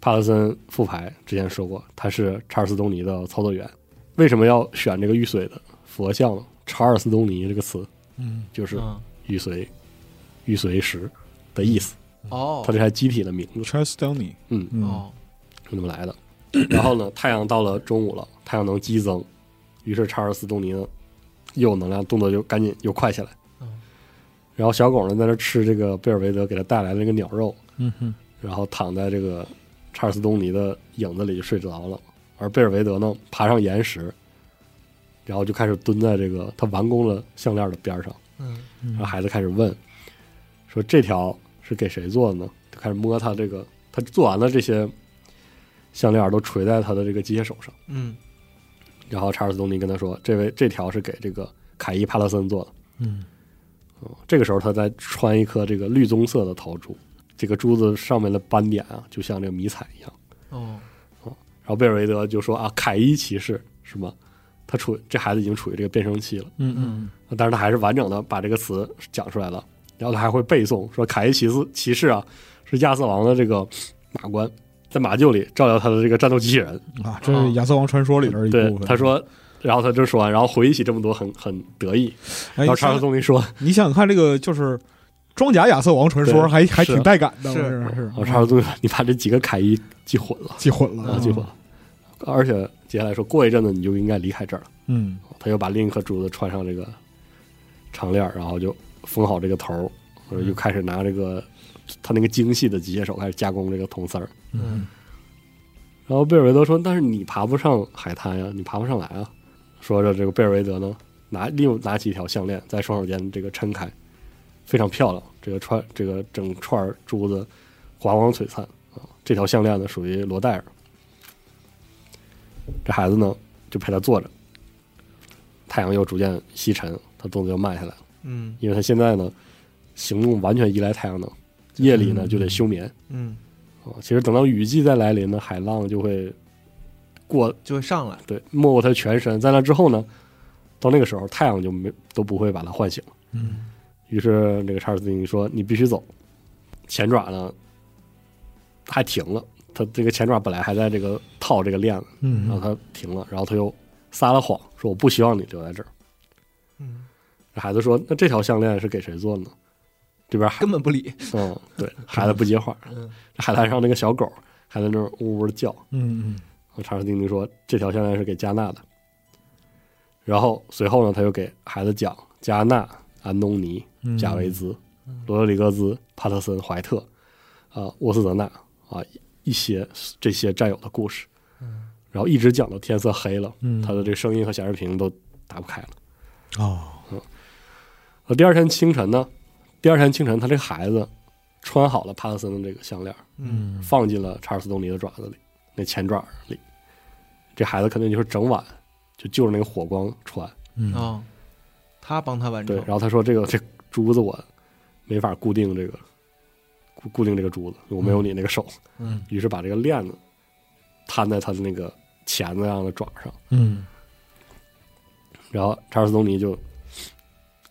S1: 帕特森复牌之前说过，他是查尔斯·东尼的操作员。为什么要选这个玉髓的佛像呢？查尔斯·东尼这个词
S3: 嗯
S1: 就是
S2: 嗯
S1: 玉髓、玉髓石的意思。
S2: 哦
S1: 它这台机体的名字，
S3: ，Charles Downey，
S1: 嗯，
S2: 哦
S1: 是那么来的。然后呢，太阳到了中午了，太阳能激增，于是查尔斯·东尼呢又有能量，动作就赶紧又快起来
S2: 嗯。
S1: 然后小狗呢在那吃这个贝尔维德给它带来的那个鸟肉，
S3: 嗯哼，
S1: 然后躺在这个查尔斯·东尼的影子里就睡着了。而贝尔维德呢爬上岩石，然后就开始蹲在这个他完工了项链的边上。
S2: 嗯
S1: 然后孩子开始问，说这条是给谁做的呢？就开始摸他这个，他做完了这些项链都垂在他的这个机械手上。
S2: 嗯
S1: 然后查尔斯·东尼跟他说，这位这条是给这个凯伊·帕拉森做的。
S3: 嗯
S1: 嗯这个时候他在穿一颗这个绿棕色的陶珠，这个珠子上面的斑点啊，就像这个迷彩一样。
S2: 哦
S1: 然后贝尔维德就说啊，凯伊骑士是吗？他处这孩子已经处于这个变声期了。
S3: 嗯嗯
S1: 但是他还是完整的把这个词讲出来了，然后他还会背诵说凯伊骑士骑士啊是亚瑟王的这个马官，在马厩里照料他的这个战斗机器人。
S3: 啊，这是亚瑟王传说里边一
S1: 对
S3: 部分，，
S1: 他说，然后他就说完，然后回忆起这么多很很得意。
S3: 哎，
S1: 然
S3: 嗯你
S1: 后查尔
S3: 想
S1: 斯东尼说，
S3: 你想想看，这个就是装甲亚瑟王传说
S1: 对
S3: 还还
S1: 是
S3: 挺带感的，
S2: 是
S3: 是是
S1: 然，后查尔斯东尼说，你把这几个凯伊记混了，
S3: 记混了，
S1: 啊，记混了。而且接下来说，过一阵子你就应该离开这儿了。
S3: 嗯，
S1: 他又把另一颗珠子穿上这个长链儿，然后就封好这个头儿，然后又开始拿这个他那个精细的机械手开始加工这个铜丝儿。
S2: 嗯
S1: 然后贝尔维德说：“但是你爬不上海滩呀，你爬不上来啊。”说着，这个贝尔维德呢，拿又拿起一条项链，在双手间这个抻开，非常漂亮。这个串这个整串儿珠子华光璀璨啊！这条项链呢，属于罗戴尔。这孩子呢，就陪他坐着。太阳又逐渐西沉，他动作就慢下来了，
S2: 嗯
S1: 因为他现在呢，行动完全依赖太阳能，夜里呢就得休眠。
S2: 嗯
S1: 啊，其实等到雨季再来临呢，海浪就会过
S2: 就会上来
S1: 对没过他全身，在那之后呢，到那个时候，太阳就没都不会把他唤醒。
S3: 嗯
S1: 于是那个查尔斯汀说：“你必须走。”前爪呢还停了，他这个前爪本来还在这个套这个链子，然后
S3: 嗯
S1: 他停了，然后他又撒了谎，说我不希望你留在这儿。
S2: 嗯，
S1: 孩子说：“那这条项链是给谁做的呢？”这边还
S2: 根本不理，
S1: 嗯，对，孩子不接话，
S2: 嗯
S1: 海滩上那个小狗还在那儿呜呜的叫。
S3: 嗯嗯
S1: 查尔斯汀就说：“这条项链是给加纳的。”然后随后呢，他又给孩子讲加纳、安东尼、
S3: 嗯，
S1: 贾维兹、罗德里戈兹、帕特森、怀特，啊、沃斯德纳啊、一些这些战友的故事，然后一直讲到天色黑了，
S3: 嗯，
S1: 他的这个声音和显示屏都打不开了。
S3: 哦，
S1: 呃，第二天清晨呢，第二天清晨，他这个孩子穿好了帕特森的这个项链，
S2: 嗯，
S1: 放进了查尔斯东尼的爪子里，那前爪里。这孩子肯定就是整晚就就着那个火光穿，
S3: 嗯
S2: 啊，他帮他完
S1: 对。
S2: 成
S1: 然，后他说：“这个这珠子我没法固定这个固固定这个珠子，我没有你那个手。
S2: 嗯
S1: 于是把这个链子摊在他的那个钳子上的爪上，
S3: 嗯
S1: 然后查尔斯东尼就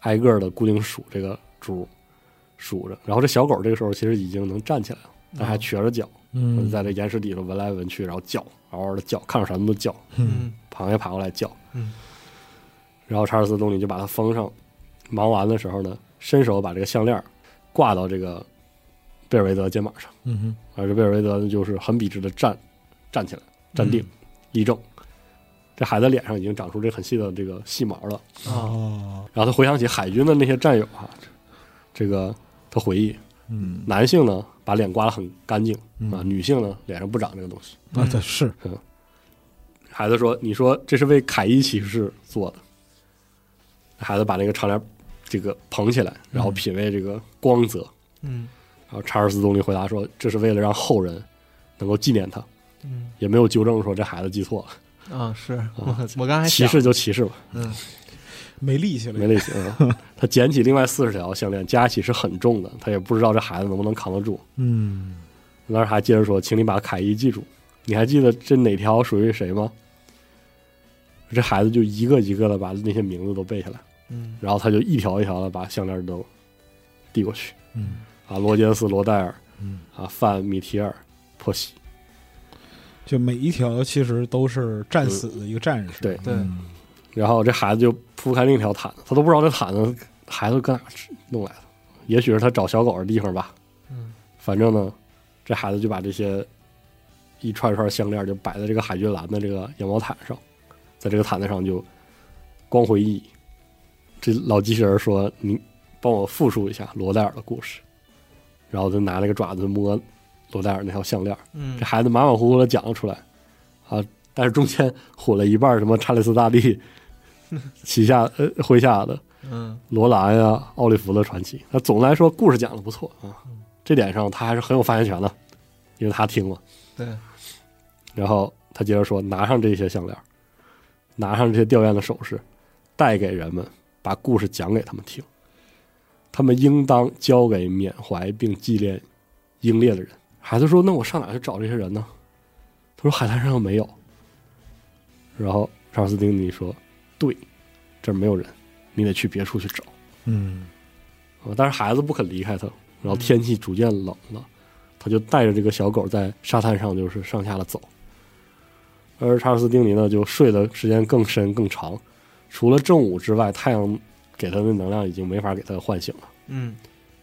S1: 挨个的固定数这个珠，数着。然后这小狗这个时候其实已经能站起来了，但还瘸着脚，它
S3: 嗯，
S1: 在这岩石底下闻来闻去，然后叫，嗷嗷的叫，看着什么都叫，
S3: 嗯
S1: 爬也爬过来叫。
S2: 嗯
S1: 然后查尔斯东尼就把它封上。忙完的时候呢，伸手把这个项链挂到这个贝尔维德肩膀上。
S3: 嗯
S1: 而这贝尔维德就是很笔直的站站起来，站定，立正。这孩子脸上已经长出这很细的这个细毛了。
S2: 啊，
S3: 哦，
S1: 然后他回想起海军的那些战友啊，这个他回忆，
S3: 嗯
S1: 男性呢把脸刮得很干净
S3: 嗯
S1: 啊，女性呢脸上不长这个东西。
S3: 啊，这是
S1: 孩子说：“你说这是为凯伊骑士做的。”孩子把那个长帘这个捧起来，然后品味这个光泽。
S2: 嗯
S1: 然后查尔斯·东尼回答说：“这是为了让后人能够纪念他。”
S2: 嗯
S1: 也没有纠正说这孩子记错了。
S2: 啊，是我我刚才
S1: 歧
S2: 想，
S1: 视就歧视吧，
S2: 嗯
S3: 没力气
S1: 没
S3: 了，
S1: 类型啊。他捡起另外四十条项链，加起是很重的，他也不知道这孩子能不能扛得住。
S3: 嗯
S1: 那还接着说，请你把凯伊记住，你还记得这哪条属于谁吗？这孩子就一个一个的把那些名字都背下来，
S2: 嗯
S1: 然后他就一条一条的把项链都递过去
S3: 嗯
S1: 啊，罗杰斯、罗戴尔
S3: 嗯，
S1: 啊、范米提尔、珀西，
S3: 就每一条其实都是战死的一个战士，
S1: 对
S2: 对
S3: 嗯
S1: 然后这孩子就铺开另一条毯子，他都不知道这毯子孩子搁哪弄来的，也许是他找小狗的地方吧。
S2: 嗯，
S1: 反正呢，这孩子就把这些一串串项链就摆在这个海军蓝的这个羊毛毯上，在这个毯子上就光辉熠熠。这老机器人说：“你帮我复述一下罗戴尔的故事。”然后就拿那个爪子摸罗戴尔那条项链，
S2: 嗯
S1: 这孩子马马虎虎的讲了出来啊，但是中间混了一半儿什么查理斯大帝旗下呃麾下的
S2: 嗯
S1: 罗兰呀、奥利弗的传奇。那总的来说，故事讲的不错啊，这点上他还是很有发言权的，因为他听了。
S2: 对，
S1: 然后他接着说：“拿上这些项链儿，拿上这些吊唁的首饰，带给人们，把故事讲给他们听。他们应当交给缅怀并纪念英烈的人。”孩子说：“那我上哪儿去找这些人呢？”他说：“海滩上没有。”然后查尔斯丁尼说：“对，这儿没有人，你得去别处去找。”
S3: 嗯
S1: 啊，但是孩子不肯离开他，然后天气逐渐冷了，他就带着这个小狗在沙滩上就是上下的走。而查尔斯丁尼呢，就睡的时间更深更长，除了正午之外，太阳给他的能量已经没法给他唤醒了。
S2: 嗯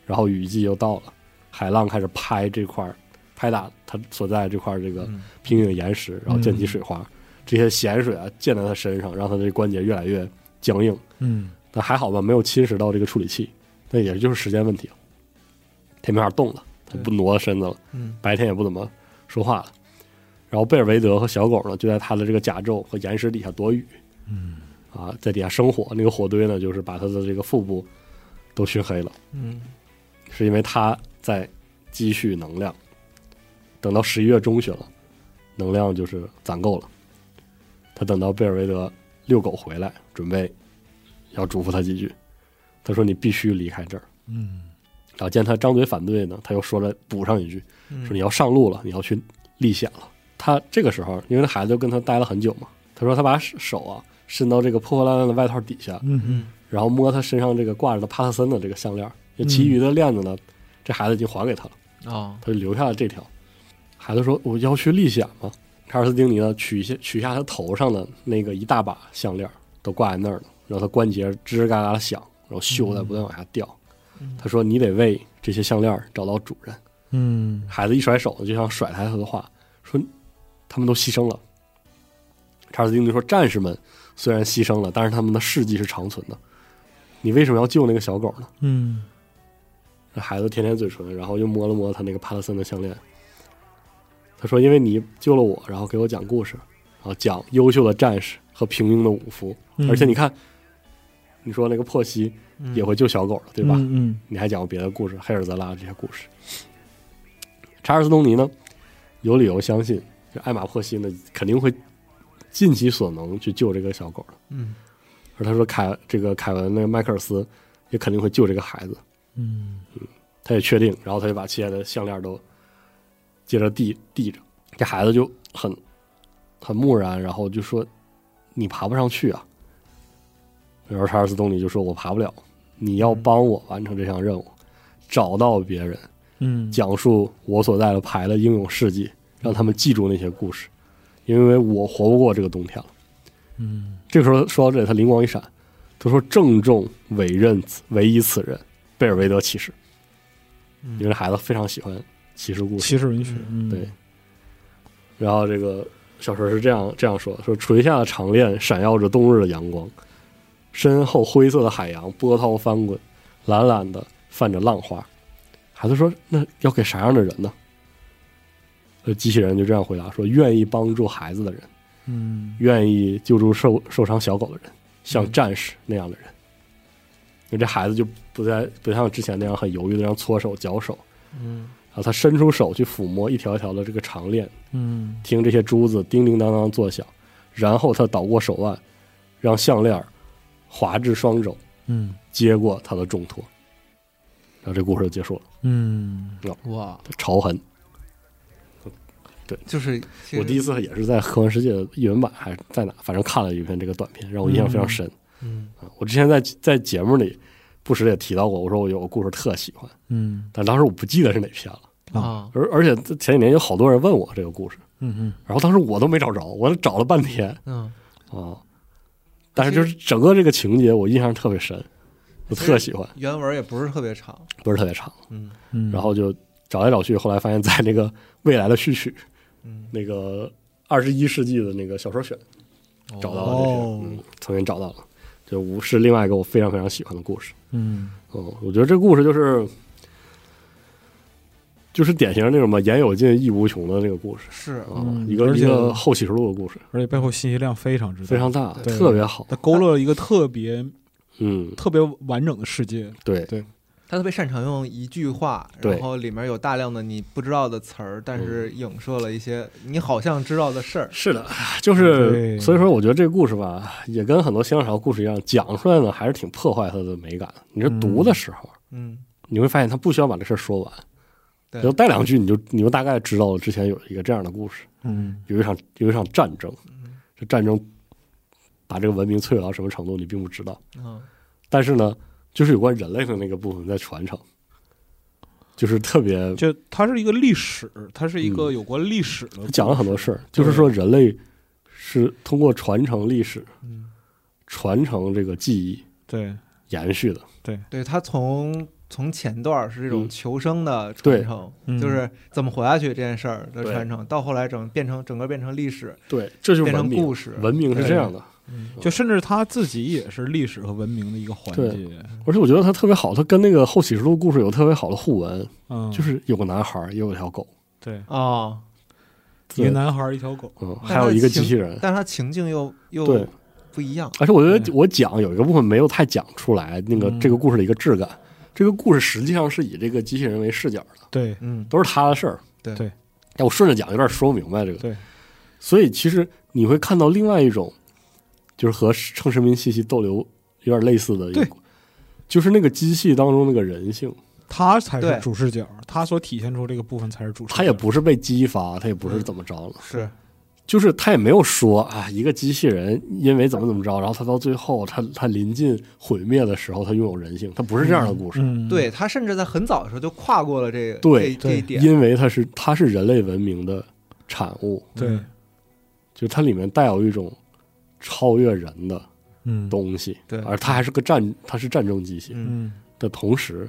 S1: 然后雨季又到了，海浪开始拍这块儿，拍打他所在的这块儿这个
S2: 嗯
S1: 平顶的岩石，然后溅起水花，这些咸水啊溅在他身上，让他这关节越来越僵硬。
S3: 嗯
S1: 但还好吧，没有侵蚀到这个处理器，那也就是时间问题了。他也没法动了，他不挪身子了，
S2: 嗯
S1: 白天也不怎么说话了。然后贝尔维德和小狗呢，就在他的这个甲胄和岩石底下躲雨，
S3: 嗯
S1: 啊，在底下生火。那个火堆呢，就是把他的这个腹部都熏黑了，
S2: 嗯
S1: 是因为他在积蓄能量。等到十一月中旬了，能量就是攒够了。他等到贝尔维德遛狗回来，准备要嘱咐他几句。他说：“你必须离开这儿。”
S3: 嗯
S1: 然后见他张嘴反对呢，他又说了补上一句，
S2: 嗯
S1: 说你要上路了，你要去历险了。他这个时候，因为那孩子就跟他待了很久嘛，他说他把手啊伸到这个破破烂烂的外套底下，
S3: 嗯嗯
S2: 嗯
S1: 然后摸他身上这个挂着的帕特森的这个项链，这其余的链子呢，这孩子已经还给他了，
S2: 哦，
S1: 他就留下了这条。孩子说：“我要去历险嘛。”查尔斯丁尼呢，取一些取下他头上的那个一大把项链，都挂在那儿了，然后他关节吱吱嘎嘎的响，然后锈在不断往下掉。
S2: 嗯
S1: 他说：“你得为这些项链找到主人。”
S3: 嗯
S1: 孩子一甩手就想甩开他的话，说他们都牺牲了。查尔斯丁就说：“战士们虽然牺牲了，但是他们的事迹是长存的。你为什么要救那个小狗呢
S3: 嗯？”
S1: 这孩子舔舔嘴唇，然后又摸了摸他那个帕特森的项链。他说：“因为你救了我，然后给我讲故事，然后讲优秀的战士和平庸的武夫。
S3: 嗯，
S1: 而且你看，你说那个珀西也会救小狗了，对吧？
S3: 嗯
S1: 你还讲过别的故事，黑尔泽拉这些故事。查尔斯·东尼呢，有理由相信，这艾玛·珀西呢肯定会尽其所能去救这个小狗的。
S2: 嗯
S1: 而他说凯这个凯文那个迈克尔斯也肯定会救这个孩子，
S3: 嗯
S1: 他也确定，然后他就把切的项链都接着递递着，这孩子就很很木然，然后就说：“你爬不上去啊。”然后查尔斯·东尼就说：“我爬不了，你要帮我完成这项任务，找到别人。”
S3: 嗯，
S1: 讲述我所在的排的英勇事迹，让他们记住那些故事，因为我活不过这个冬天了。
S3: 嗯
S1: 这个时候说到这里，他灵光一闪，他说：“正中委任此唯一此人，贝尔维德骑士。”
S2: 嗯
S1: 因为孩子非常喜欢骑士故事。
S3: 骑士允许，嗯
S1: 对，然后这个小陈是这样这样说：“说垂下的长链闪耀着冬日的阳光，身后灰色的海洋波涛翻滚，懒懒的泛着浪花。”孩子说：“那要给啥样的人呢？”呃，机器人就这样回答说：“愿意帮助孩子的人，
S3: 嗯
S1: 愿意救助受受伤小狗的人，像
S2: 嗯
S1: 战士那样的人。”因为这孩子就不再不像之前那样很犹豫的，那样搓手绞手，
S2: 嗯
S1: 然后他伸出手去抚摸一条一条的这个长链，
S3: 嗯
S1: 听这些珠子叮叮当当作响，然后他倒过手腕，让项链儿滑至双肘，
S3: 嗯
S1: 接过他的重托。然后这故事就结束了，
S3: 嗯
S2: 哇，
S1: 潮痕。
S2: 就是其
S1: 我第一
S2: 实
S1: 次也是在《科幻世界》的译文版还是在哪，反正看了一篇这个短片，让我印象非常深。
S2: 嗯
S1: 啊我之前在在节目里不时也提到过，我说我有个故事特喜欢，
S3: 嗯
S1: 但当时我不记得是哪篇了。
S2: 啊
S1: 而而且前几年有好多人问我这个故事，
S3: 嗯
S1: 然后当时我都没找着，我找了半天，
S2: 嗯，
S1: 哦，但是就是整个这个情节，我印象特别深，我特喜欢，
S2: 原文也不是特别长，
S1: 不是特别长。
S2: 嗯
S3: 嗯，
S1: 然后就找来找去，后来发现在那个未来的序曲，
S2: 嗯，
S1: 那个二十一世纪的那个小说选找到了这些，
S3: 哦
S1: 嗯，曾经找到了，这无是另外一个我非常非常喜欢的故事。
S3: 嗯
S1: 哦，我觉得这故事就是。就是典型那种嘛，言有尽，意无穷的那个故事
S2: 是
S1: 啊、
S3: 嗯
S1: 一个
S3: 而
S1: 一
S3: 且
S1: 个后启示录的故事，
S3: 而且背后信息量非常之大，
S1: 非常大，
S3: 对
S1: 特别好。
S3: 它勾勒了一个特别
S1: 嗯，
S3: 特别完整的世界，
S1: 对，
S2: 他特别擅长用一句话，
S1: 对嗯
S2: 然后里面有大量的你不知道的词儿，但是影射了一些你好像知道的事儿。
S1: 是的， 就
S3: 对
S2: 哎
S1: 是所以说，我觉得这个故事吧，也跟很多香草故事一样，讲出来呢还是挺破坏它的美感的。你这读的时候，
S2: 嗯，
S1: 你会发现他不需要把这事儿说完，
S2: 对
S1: 就带两句，你就你就大概知道了之前有一个这样的故事，
S3: 嗯
S1: 有一场有一场战争，
S2: 嗯
S1: 这战争把这个文明摧毁到什么程度，你并不知道。
S2: 嗯
S1: 但是呢，就是有关人类的那个部分在传承，就是特别
S3: 就它是一个历史，它是一个有关历史的故事，
S1: 嗯讲了很多事儿，就是说人类是通过传承历史、
S2: 嗯，
S1: 传承这个记忆
S3: 对，
S1: 延续的。
S2: 对他从从前段儿是这种
S1: 嗯
S2: 求生的
S1: 对
S2: 传承，
S3: 嗯
S2: 就是怎么活下去这件事儿的
S1: 对
S2: 传承，到后来整变成整个变成历史，
S1: 对，这就是
S2: 变
S1: 文
S2: 成
S1: 明。
S2: 故事。
S1: 文明是这样的，
S2: 嗯
S3: 就甚至他自己也是历史和文明的一个环节，
S1: 而且我觉得它特别好，它跟那个《后启示录》故事有特别好的互文，
S3: 嗯，
S1: 就是有个男孩儿，也有一条狗，
S3: 对，
S2: 哦，
S3: 一个
S1: 对
S3: 男孩儿一条狗，
S1: 嗯，
S2: 但
S1: 还有一个机器人。
S2: 但是他情境又又
S1: 对
S2: 不一样。
S1: 而且我觉得
S3: 对
S1: 我讲有一个部分没有太讲出来，那个
S3: 嗯
S1: 这个故事的一个质感。这个故事实际上是以这个机器人为视角的，
S3: 对，
S2: 嗯，
S1: 都是他的事儿。
S2: 对
S3: 对
S1: 哎，我顺着讲有点说不明白这个。
S3: 对，
S1: 所以其实你会看到另外一种，就是和《城市民信息逗留》有点类似的一个
S3: 对，
S1: 就是那个机器当中那个人性。
S3: 他才
S2: 对
S3: 是主视角，他所体现出这个部分才是主视角，
S1: 他也不是被激发，他也不是怎么着了，
S2: 是
S1: 就是他也没有说啊，一个机器人因为怎么怎么着，然后他到最后他他临近毁灭的时候，他拥有人性，他不是这样的故事。
S3: 嗯，
S2: 对他甚至在很早的时候就跨过了这个
S1: 对
S2: 这这一点，
S1: 因为它是它是人类文明的产物，
S3: 对，
S1: 就它里面带有一种超越人的
S3: 嗯，
S1: 东西，
S2: 对
S1: 而它还是个战，它是战争机器
S2: 嗯，
S3: 嗯，
S1: 的同时，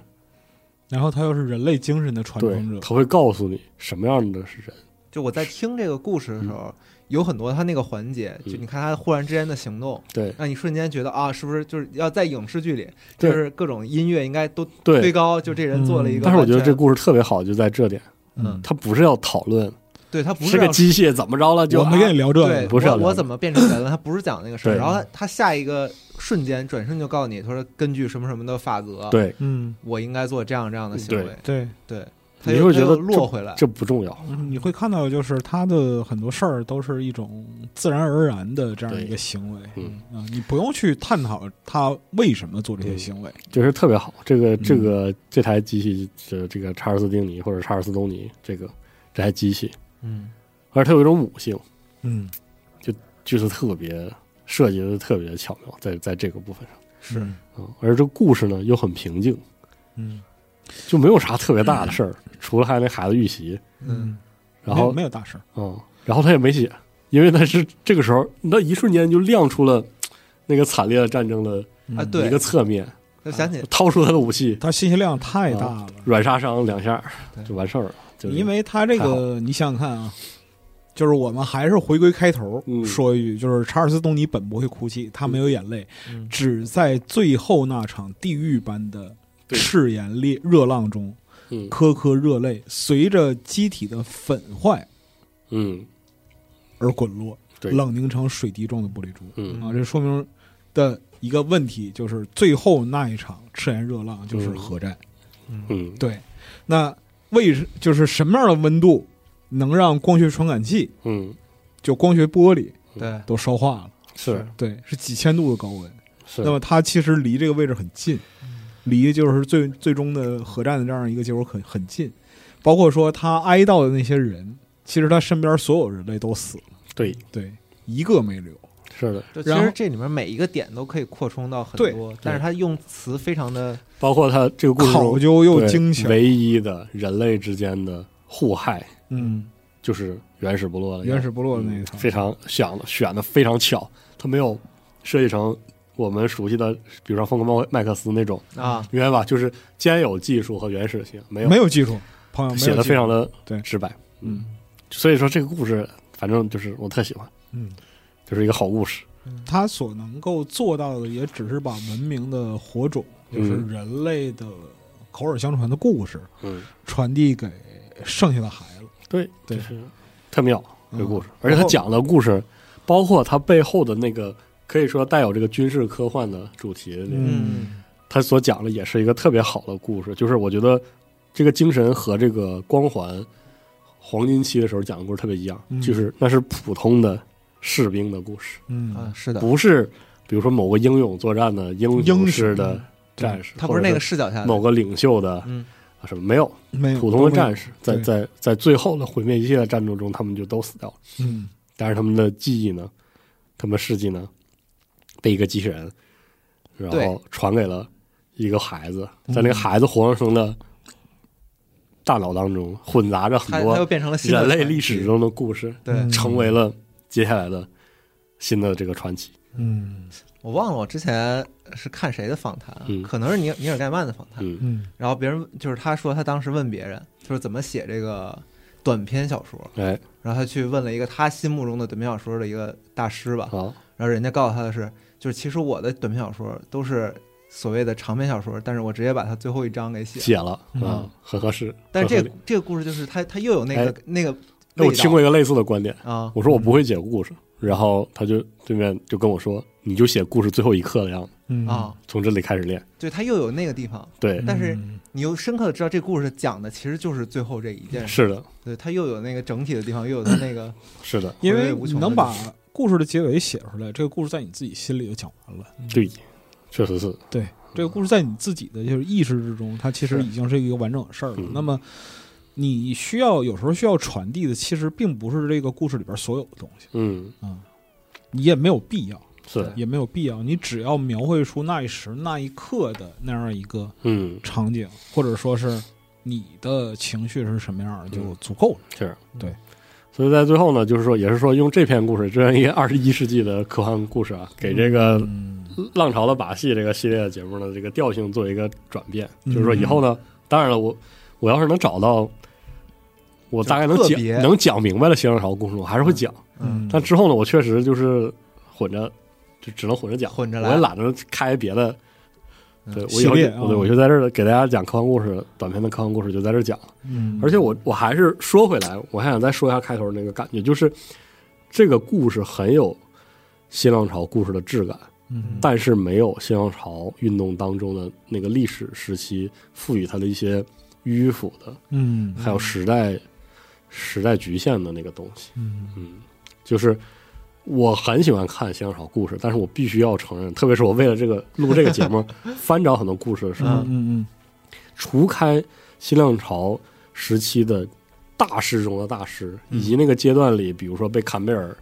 S3: 然后他又是人类精神的传
S1: 对
S3: 承，者，
S1: 它会告诉你什么样的是人，
S2: 就我在听这个故事的时候，有很多他那个环节，就
S1: 嗯
S2: 你看他忽然之间的行动，
S1: 对
S2: 让你瞬间觉得啊，是不是就是要在影视剧里，
S1: 对
S2: 就是各种音乐应该都推
S1: 对。嗯
S2: 高，就这人做了一个
S1: 但
S2: 完全。
S1: 是我觉得这故事特别好，就在这点，
S2: 嗯，
S1: 它不是要讨论
S2: 对他不
S1: 这
S2: 是
S1: 个
S2: 要
S1: 机械怎么着了，就啊
S3: 我没跟你聊这
S2: 对
S3: 个，
S1: 不是要
S2: 我
S1: 聊
S2: 我
S1: 的
S2: 怎么变成人了，他不是讲那个事儿，
S1: 对
S2: 然后他他下一个瞬间转身就告诉你，他说根据什么什么的法则，
S1: 啊对，
S3: 嗯，
S2: 我应该做这样这样的行为，
S3: 对，嗯
S2: 对，他
S1: 你
S2: 又
S1: 会
S2: 他
S1: 觉
S2: 又
S1: 得
S2: 落回来，
S1: 这不重要，
S3: 你会看到就是他的很多事儿都是一种自然而然的这样一个行为，
S1: 嗯，
S3: 啊，你不用去探讨他为什么做这些行为，
S1: 就是特别好。这个
S3: 嗯
S1: 这个这台机器，这这个查尔斯丁尼或者查尔斯东尼这个这台机器，
S2: 嗯
S1: 而它有一种母性，
S3: 嗯，
S1: 就是特别设计的特别巧妙，在在这个部分上，
S3: 是，
S1: 嗯，而这故事呢又很平静，
S3: 嗯
S1: 就没有啥特别大的事儿，除了还有那孩子遇袭，
S2: 嗯，
S1: 然后
S3: 没有大事儿，
S1: 嗯，然后他也没写，因为他是这个时候那一瞬间就亮出了那个惨烈的战争的
S2: 啊
S3: 嗯
S2: 对
S1: 一个侧面，
S2: 就想起
S1: 掏出他的武器，
S3: 他信息量太大了，
S1: 软杀伤两下
S2: 对
S1: 就完事儿了，就是
S3: 因为他这
S1: 太好
S3: 个你想想看啊。就是我们还是回归开头、
S1: 嗯
S3: 说一句，就是查尔斯·东尼本不会哭泣，他没有眼泪，
S2: 嗯
S3: 只在最后那场地狱般的
S1: 对
S3: 赤炎烈热浪中，
S1: 嗯
S3: 颗颗热泪随着机体的粉坏
S1: 嗯
S3: 而滚落，
S1: 对
S3: 冷凝成水滴状的玻璃珠。
S1: 嗯
S3: 啊，这说明的一个问题就是，最后那一场赤炎热浪就是核战。
S1: 嗯
S3: 对，那为什就是什么样的温度能让光学传感器
S1: 嗯
S3: 就光学玻璃
S2: 对
S3: 都烧化了？
S1: 是
S3: 对，是几千度的高温。
S1: 是
S3: 那么它其实离这个位置很近，离就是最最终的核战的这样一个结果很很近。包括说他哀悼的那些人，其实他身边所有人类都死了，
S1: 对
S3: 对，一个没留。
S1: 是的，
S2: 就其
S3: 然后
S2: 实这里面每一个点都可以扩充到很
S3: 对
S2: 多，但是他用词非常的
S1: 包括他这个故事中
S3: 考究又
S1: 对
S3: 精巧，
S1: 唯一的人类之间的互害
S3: 嗯，
S1: 就是原始部落的
S3: 原始部落的那一套，
S1: 嗯非常想选的非常巧，他没有设计成我们熟悉的，比如说风格麦麦克斯那种，
S2: 啊，
S1: 明白吧？就是兼有技术和原始性，没有
S3: 没有技术，朋友没有
S1: 写的
S3: 技术
S1: 非常的
S3: 对
S1: 直白。
S3: 嗯
S1: 所以说这个故事，反正就是我特喜欢，
S3: 嗯，
S1: 就是一个好故事。
S3: 他所能够做到的也只是把文明的火种，就是
S1: 嗯
S3: 人类的口耳相传的故事
S1: 嗯，
S3: 传递给剩下的孩子。
S1: 对，
S3: 对
S1: 就是特妙这个故事，而且
S3: 然
S1: 他
S3: 后
S1: 讲的故事，包括他背后的那个。可以说带有这个军事科幻的主题，
S2: 嗯
S1: 他所讲的也是一个特别好的故事，就是我觉得这个精神和这个光环黄金期的时候讲的故事特别一样，
S3: 嗯
S1: 就是那是普通的士兵的故事，
S3: 嗯
S2: 啊，是的，
S1: 不是比如说某个英勇作战的英
S3: 英雄
S1: 式的战士，
S2: 他不是那
S1: 或
S2: 个
S1: 者
S2: 视角下的
S1: 某个领袖的
S2: 嗯
S1: 啊什么没有
S3: 没有
S1: 普通的战士，在
S3: 都没有
S1: 在在最后的毁灭一切的战争中，他们就都死掉了，
S3: 对嗯
S1: 但是他们的记忆呢，他们的事迹呢，被一个机器人，然
S2: 对嗯
S1: 后传给了一个孩子，在那个孩子活生生的大脑当中混杂着
S2: 他
S1: 很
S2: 他又
S1: 多
S2: 变成了新的
S1: 人类
S2: 传奇
S1: 历史中的故事，
S2: 对
S3: 嗯
S1: 成为了接下来的新的这个传奇。
S3: 嗯
S2: 我忘了我之前是看谁的访谈，啊
S1: 嗯
S2: 可能是尼尔尼尔盖曼的访谈。
S1: 嗯
S3: 嗯
S2: 然后别人就是他说他当时问别人，就是怎么写这个短篇小说，
S1: 哎，
S2: 然后他去问了一个他心目中的短篇小说的一个大师吧，
S1: 好，
S2: 然后人家告诉他的是，就是其实我的短篇小说都是所谓的长篇小说，但是我直接把它最后一章给写。
S1: 写了
S3: 嗯
S1: 啊，很合适。
S2: 但是这
S1: 很
S2: 个
S1: 合理
S2: 这个故事就是他他又有那个、那个
S1: 哎我听过
S2: 味
S1: 一个类似的观点，
S2: 道啊，
S1: 我说我不会写故事，然后他就对面就跟我说，你就写故事最后一刻的样子，
S3: 嗯
S2: 啊，
S1: 从这里开始练。
S2: 对他又有那个地方，
S1: 对，
S2: 但是
S3: 嗯
S2: 你又深刻的知道这故事讲的其实就是最后这一件事，
S1: 是的，
S2: 对他又有那个整体的地方，又有他那个
S1: 是的，
S3: 因
S2: 回
S3: 为
S2: 味无
S3: 你
S2: 穷的
S3: 能把故事的结尾写出来，这个故事在你自己心里就讲完了。
S1: 对，确实是。
S3: 对，这个故事在你自己的就是意识之中，它其实
S2: 是
S3: 已经是一个完整的事儿了
S1: 嗯。
S3: 那么，你需要有时候需要传递的，其实并不是这个故事里边所有的东西
S1: 嗯，
S3: 啊、你也没有必要，
S1: 是，
S3: 也没有必要，你只要描绘出那一时那一刻的那样一个
S1: 嗯，
S3: 场景，或者说是你的情绪是什么样的，就
S1: 嗯
S3: 足够了。
S1: 是
S3: 对。
S1: 所以在最后呢，就是说，也是说用这篇故事，这样一个二十一世纪的科幻故事啊，给这个
S3: 嗯，
S1: 浪潮的把戏这个系列的节目呢，这个调性做一个转变，
S3: 嗯
S1: 就是说以后呢，当然了，我我要是能找到，我大概能
S2: 就特
S1: 讲
S2: 别
S1: 能讲明白了新浪潮故事，我还是会讲。
S2: 嗯，
S1: 但之后呢，我确实就是混着，就只能混着讲，
S2: 混着
S1: 我
S2: 来
S1: 也懒得开别的。
S2: 嗯
S1: 对，我以
S3: 系
S1: 后
S3: 列
S1: 就对，
S3: 啊
S1: 我就在这儿给大家讲科幻故事，短篇的科幻故事就在这儿讲了。
S3: 嗯
S1: 而且我我还是说回来，我还想再说一下开头那个感觉，就是这个故事很有新浪潮故事的质感。
S3: 嗯
S1: 但是没有新浪潮运动当中的那个历史时期赋予它的一些迂腐的，
S3: 嗯
S1: 还有时代时代局限的那个东西。
S3: 嗯
S1: 嗯，就是我很喜欢看新浪潮故事，但是我必须要承认，特别是我为了这个录这个节 目翻找很多故事的时候，
S3: 嗯嗯
S1: 除开新浪潮时期的大师中的大师，以
S3: 嗯
S1: 及那个阶段里，比如说被坎贝尔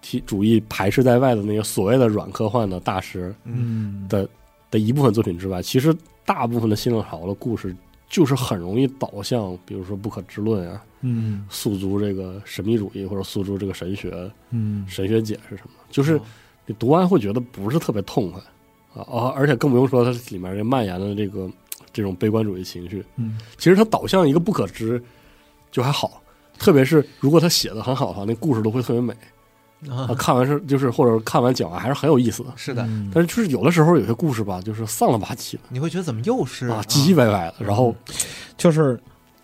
S1: 提主义排斥在外的那些所谓的软科幻的大师，
S3: 嗯
S1: 的的一部分作品之外，其实大部分的新浪潮的故事就是很容易导向，比如说不可知论啊，
S3: 嗯
S1: 诉诸这个神秘主义或者诉诸这个神学
S3: 嗯
S1: 神学解释什么，就是
S2: 嗯
S1: 你读完会觉得不是特别痛快啊啊，而且更不用说它里面这蔓延的这个这种悲观主义情绪，
S3: 嗯
S1: 其实它导向一个不可知就还好。特别是如果他写的很好的话，那故事都会特别美啊！嗯
S2: 啊，
S1: 看完是就是或者看完讲完还是很有意思的。
S2: 是的，
S3: 嗯
S1: 但是就是有的时候有些故事吧，就是丧了吧唧的。
S2: 你会觉得怎么又是
S1: 啊，唧唧歪歪的，然后
S3: 就是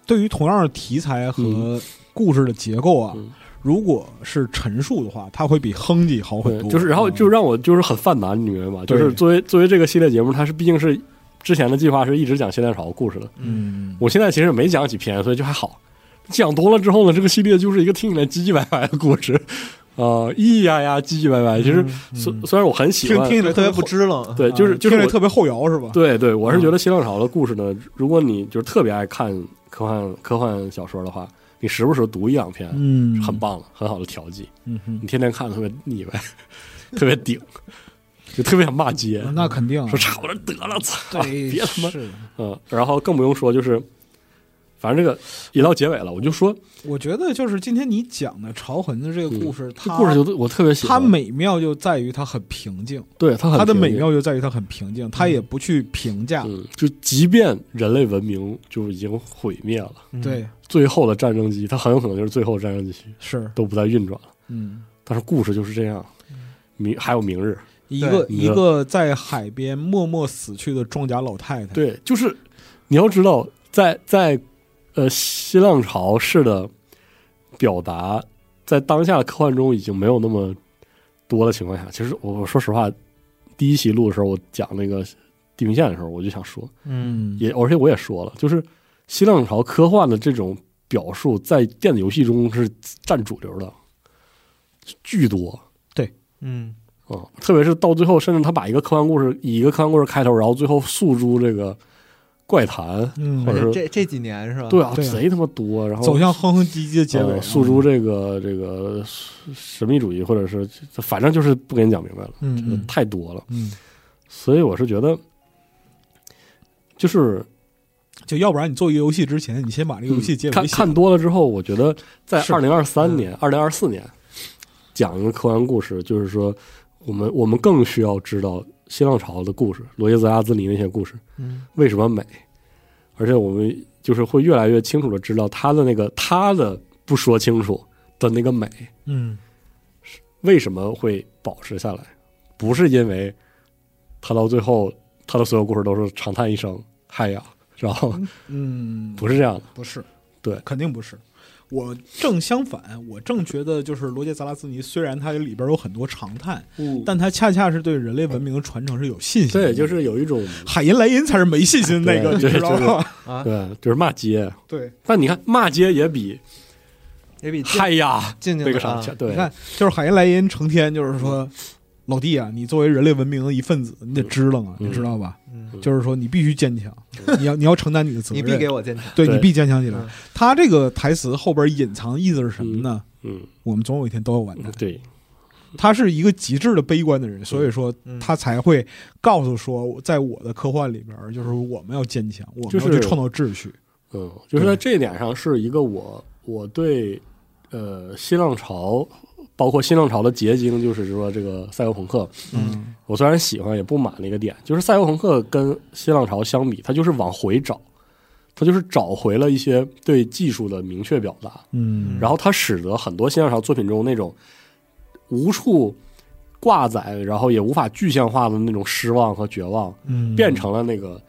S3: 对于同样的题材和故事的结构啊，
S1: 嗯
S3: 如果是陈述的话，它会比哼唧好很
S1: 对，
S3: 多。
S1: 就是然后
S3: 嗯
S1: 就让我就是很犯难，你明白吗？就
S3: 对
S1: 是作为作为这个系列节目，它是毕竟是之前的计划是一直讲现代潮故事的，
S3: 嗯
S1: 我现在其实没讲几篇，所以就还好。讲多了之后呢，这个系列就是一个听起来唧唧歪歪的故事，啊，咿咿呀呀，唧唧歪歪。其实虽虽然我很喜
S3: 嗯听
S1: 欢，
S3: 听着
S2: 特
S3: 特别
S2: 别
S3: 后
S2: 不支棱，
S1: 对，就是
S3: 啊
S1: 就是
S3: 听着
S1: 我
S3: 特嗯别后摇是吧？
S1: 对对，我是觉得新浪潮的故事呢，如果你就是特别爱看科幻科幻小说的话，你时不时读一两篇，
S3: 嗯
S1: 很，棒了，很好的调剂。
S3: 嗯哼
S1: 你天天看特别腻歪， 特别顶，就特别想骂街，
S3: 那肯定啊
S1: 嗯说差不多得了，操，
S3: 对，
S1: 别他妈，
S3: 是的
S1: 嗯，然后更不用说就是，反正这个也到结尾了，我就说
S3: 我觉得就是今天你讲的潮痕的这个故事，
S1: 嗯这
S3: 它
S1: 故事就我特别喜
S3: 它
S1: 欢，
S3: 美妙就在于它很平静，
S1: 对它很
S3: 它的美
S1: 平
S3: 妙就在于它很平静，它也不去评价
S1: 静，。嗯，就即便人类文明就已经毁灭了，
S2: 嗯，
S3: 对，
S1: 最后的战争机，它很有可能就是最后的战争机
S3: 是，
S1: 都不再运转了，
S3: 嗯。
S1: 但是故事就是这样，明还有明日，
S3: 一个
S1: 对
S3: 一个在海边默默死去的庄稼老太太，
S1: 对，就是你要知道，在在呃新浪潮式的表达，在当下的科幻中已经没有那么多的情况下，其实我我说实话，第一期录的时候，我讲那个地平线的时候，我就想说，
S2: 嗯
S3: 嗯，
S1: 也而且我也说了，就是新浪潮科幻的这种表述，在电子游戏中是占主流的，巨多。
S2: 嗯
S1: 啊、特别是到最后，甚至他把一个科幻故事以一个科幻故事开头，然后最后诉诸这个怪谈，
S3: 嗯
S1: 或
S2: 而
S1: 者
S2: 且
S1: 是
S2: 这这几年是吧？
S1: 对啊，
S3: 对啊
S1: 贼他妈多，然后
S3: 走向哼哼唧唧的结尾，啊嗯
S1: 呃诉诸这个这个神秘主义，或者是反正就是不给你讲明白了，
S3: 嗯嗯
S1: 太多了。
S3: 嗯，
S1: 所以我是觉得，就是嗯
S3: 就要不然你做一个游戏之前，你先把这个游戏结尾
S1: 看
S3: 写
S1: 看多了之后，我觉得在
S3: 是嗯
S1: 二零二三年、二零二四年讲一个科幻故事，就是说我们我们更需要知道新浪潮的故事，罗杰兹阿兹尼那些故事，
S2: 嗯，
S1: 为什么美，而且我们就是会越来越清楚的知道他的那个他的不说清楚的那个美
S3: 嗯
S1: 为什么会保持下来，不是因为他到最后他的所有故事都是长叹一声嗨呀，然后
S3: 嗯，
S1: 不是这样的，
S3: 不是，
S1: 对
S3: 肯定不是。我正相反，我正觉得就是罗杰·泽拉斯尼，虽然它里边有很多长叹，
S1: 嗯，
S3: 但他恰恰是对人类文明的传承是有信心的。
S1: 对，就是有一种
S3: 海因莱因才是没信心的那个，
S1: 对
S3: 你知道吗？
S2: 啊，
S1: 对，就是骂街，
S3: 对，
S1: 但你看骂街也比
S2: 也比
S1: 嗨呀
S2: 静静
S1: 那个
S2: 的
S1: 啥
S2: 啊
S1: 强，对
S3: 你看，就是海因莱因成天就是说，老弟啊，你作为人类文明的一份子，你得支棱啊，
S1: 嗯
S3: 你知道吧？
S2: 嗯，
S3: 就是说你必须坚强，你要你要承担你的责
S2: 你
S3: 任，
S2: 必给我坚强。
S3: 对
S1: 对
S3: 你必坚强起来
S2: 嗯。
S3: 他这个台词后边隐藏意思是什么呢？
S1: 嗯，
S3: 我们总有一天都要完蛋。
S1: 对，
S3: 他是一个极致的悲观的人，所以说
S2: 嗯
S3: 他才会告诉说，在我的科幻里边，就是我们要坚强，我们
S1: 就
S3: 要
S1: 是
S3: 去创造秩序。
S1: 嗯，就是在这一点上是一个我我对呃新浪潮，包括新浪潮的结晶，就是说这个赛博朋克，
S3: 嗯
S1: 我虽然喜欢也不满的一个点，就是赛博朋克跟新浪潮相比，它就是往回找，它就是找回了一些对技术的明确表达，
S3: 嗯
S1: 然后它使得很多新浪潮作品中那种无处挂载，然后也无法具象化的那种失望和绝望，
S3: 嗯，
S1: 变成了那个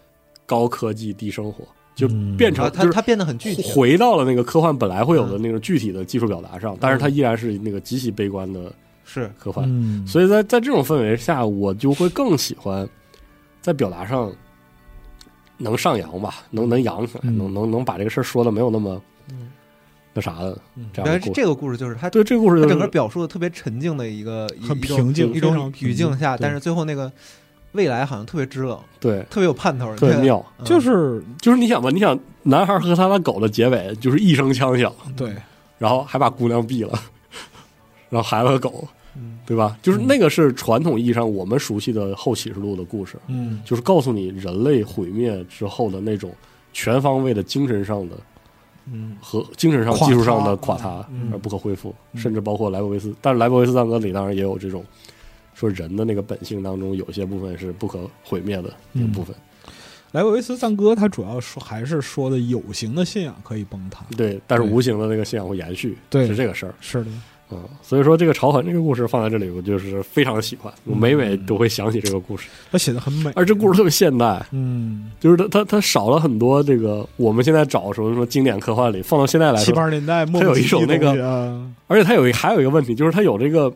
S1: 高科技低生活，就
S3: 嗯
S1: 变成
S2: 啊，
S1: 就
S2: 他
S1: 是
S2: 他变得很具体，
S1: 回到了那个科幻本来会有的那个具体的技术表达
S2: 嗯
S1: 上，但是它依然是那个极其悲观的
S2: 是
S1: 科幻。
S3: 嗯，
S1: 所以在在这种氛围下，我就会更喜欢在表达上能上扬吧，能能扬起来，
S3: 嗯
S1: 能能能把这个事儿说的没有那么
S2: 嗯
S1: 那啥的
S3: 嗯
S1: 这样的
S2: 然后
S1: 故事。
S2: 这个故事就是他
S1: 对，这个故事
S2: 他
S1: 就
S2: 整个
S1: 是
S2: 表述的特别沉静的一个一
S3: 很
S2: 一种
S3: 平静
S2: 一
S3: 非
S2: 种
S3: 常平
S2: 语境
S3: 静
S2: 下，
S3: 对
S2: 但是最后那个未来好像特别支棱，
S1: 对
S2: 特别有盼头，
S1: 特别妙。
S2: 嗯，
S3: 就是
S1: 就是你想吧，你想男孩和他的狗的结尾就是一声枪响，
S2: 嗯
S3: 对，
S1: 然后还把姑娘毙了，然后孩子和狗，
S2: 嗯
S1: 对吧？就是那个是传统意义上我们熟悉的后启示录的故事，
S3: 嗯
S1: 就是告诉你人类毁灭之后的那种全方位的精神上的
S2: 嗯
S1: 和精神上、
S3: 垮塌
S1: 技术上的垮塌
S3: 嗯
S1: 而不可恢复，
S3: 嗯
S1: 甚至包括莱博维斯，但是莱博维斯赞歌里当然也有这种说人的那个本性当中有些部分是不可毁灭的那
S3: 嗯
S1: 部分，
S3: 莱维维斯赞歌他主要说还是说的有形的信仰可以崩塌，
S1: 对，但是
S3: 对
S1: 无形的那个信仰会延续，
S3: 对
S1: 是这个事儿，
S3: 是的，
S1: 嗯，所以说这个潮痕这个故事放在这里，我就是非常喜欢，我每每
S3: 嗯
S1: 都会想起这个故事，
S3: 他写的很美，
S1: 而这故事特别现代，
S3: 嗯，
S1: 就是它它它少了很多这个我们现在找什么什么经典科幻里放到现在来
S3: 七
S1: 说，
S3: 八十年代末
S1: 他有
S3: 期
S1: 一种那个
S3: 东西啊
S1: 而且它有一还有一个问题，就是它有这个，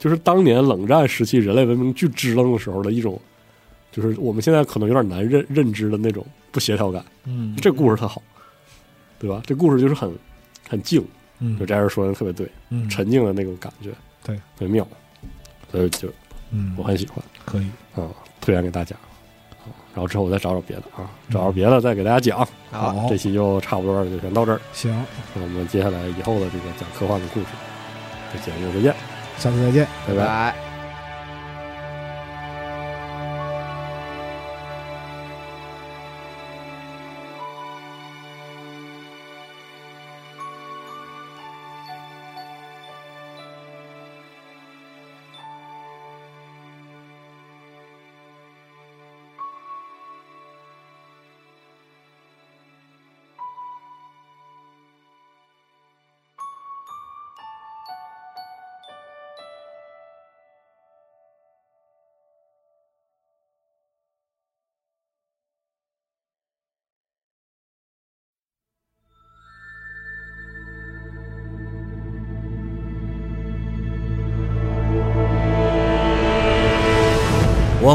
S1: 就是当年冷战时期人类文明巨支棱的时候的一种，就是我们现在可能有点难认认知的那种不协调感。
S3: 嗯，
S1: 这故事特好，对吧？这故事就是很很静，
S3: 嗯
S1: 就这样说的特别对，
S3: 嗯
S1: 沉静的那种感觉，
S3: 对，
S1: 特别妙，所以就
S3: 嗯
S1: 我很喜欢
S3: 可以，
S1: 啊、嗯推荐给大家。好然后之后我再找找别的啊，找找别的再给大家讲。
S2: 好，
S1: 这期就差不多了，就全到这儿。
S3: 行，
S1: 那我们接下来以后的这个讲科幻的故事，这节目再见，
S3: 下次再见。
S1: 拜拜。
S2: 拜。
S4: 我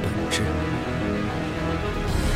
S4: 本质。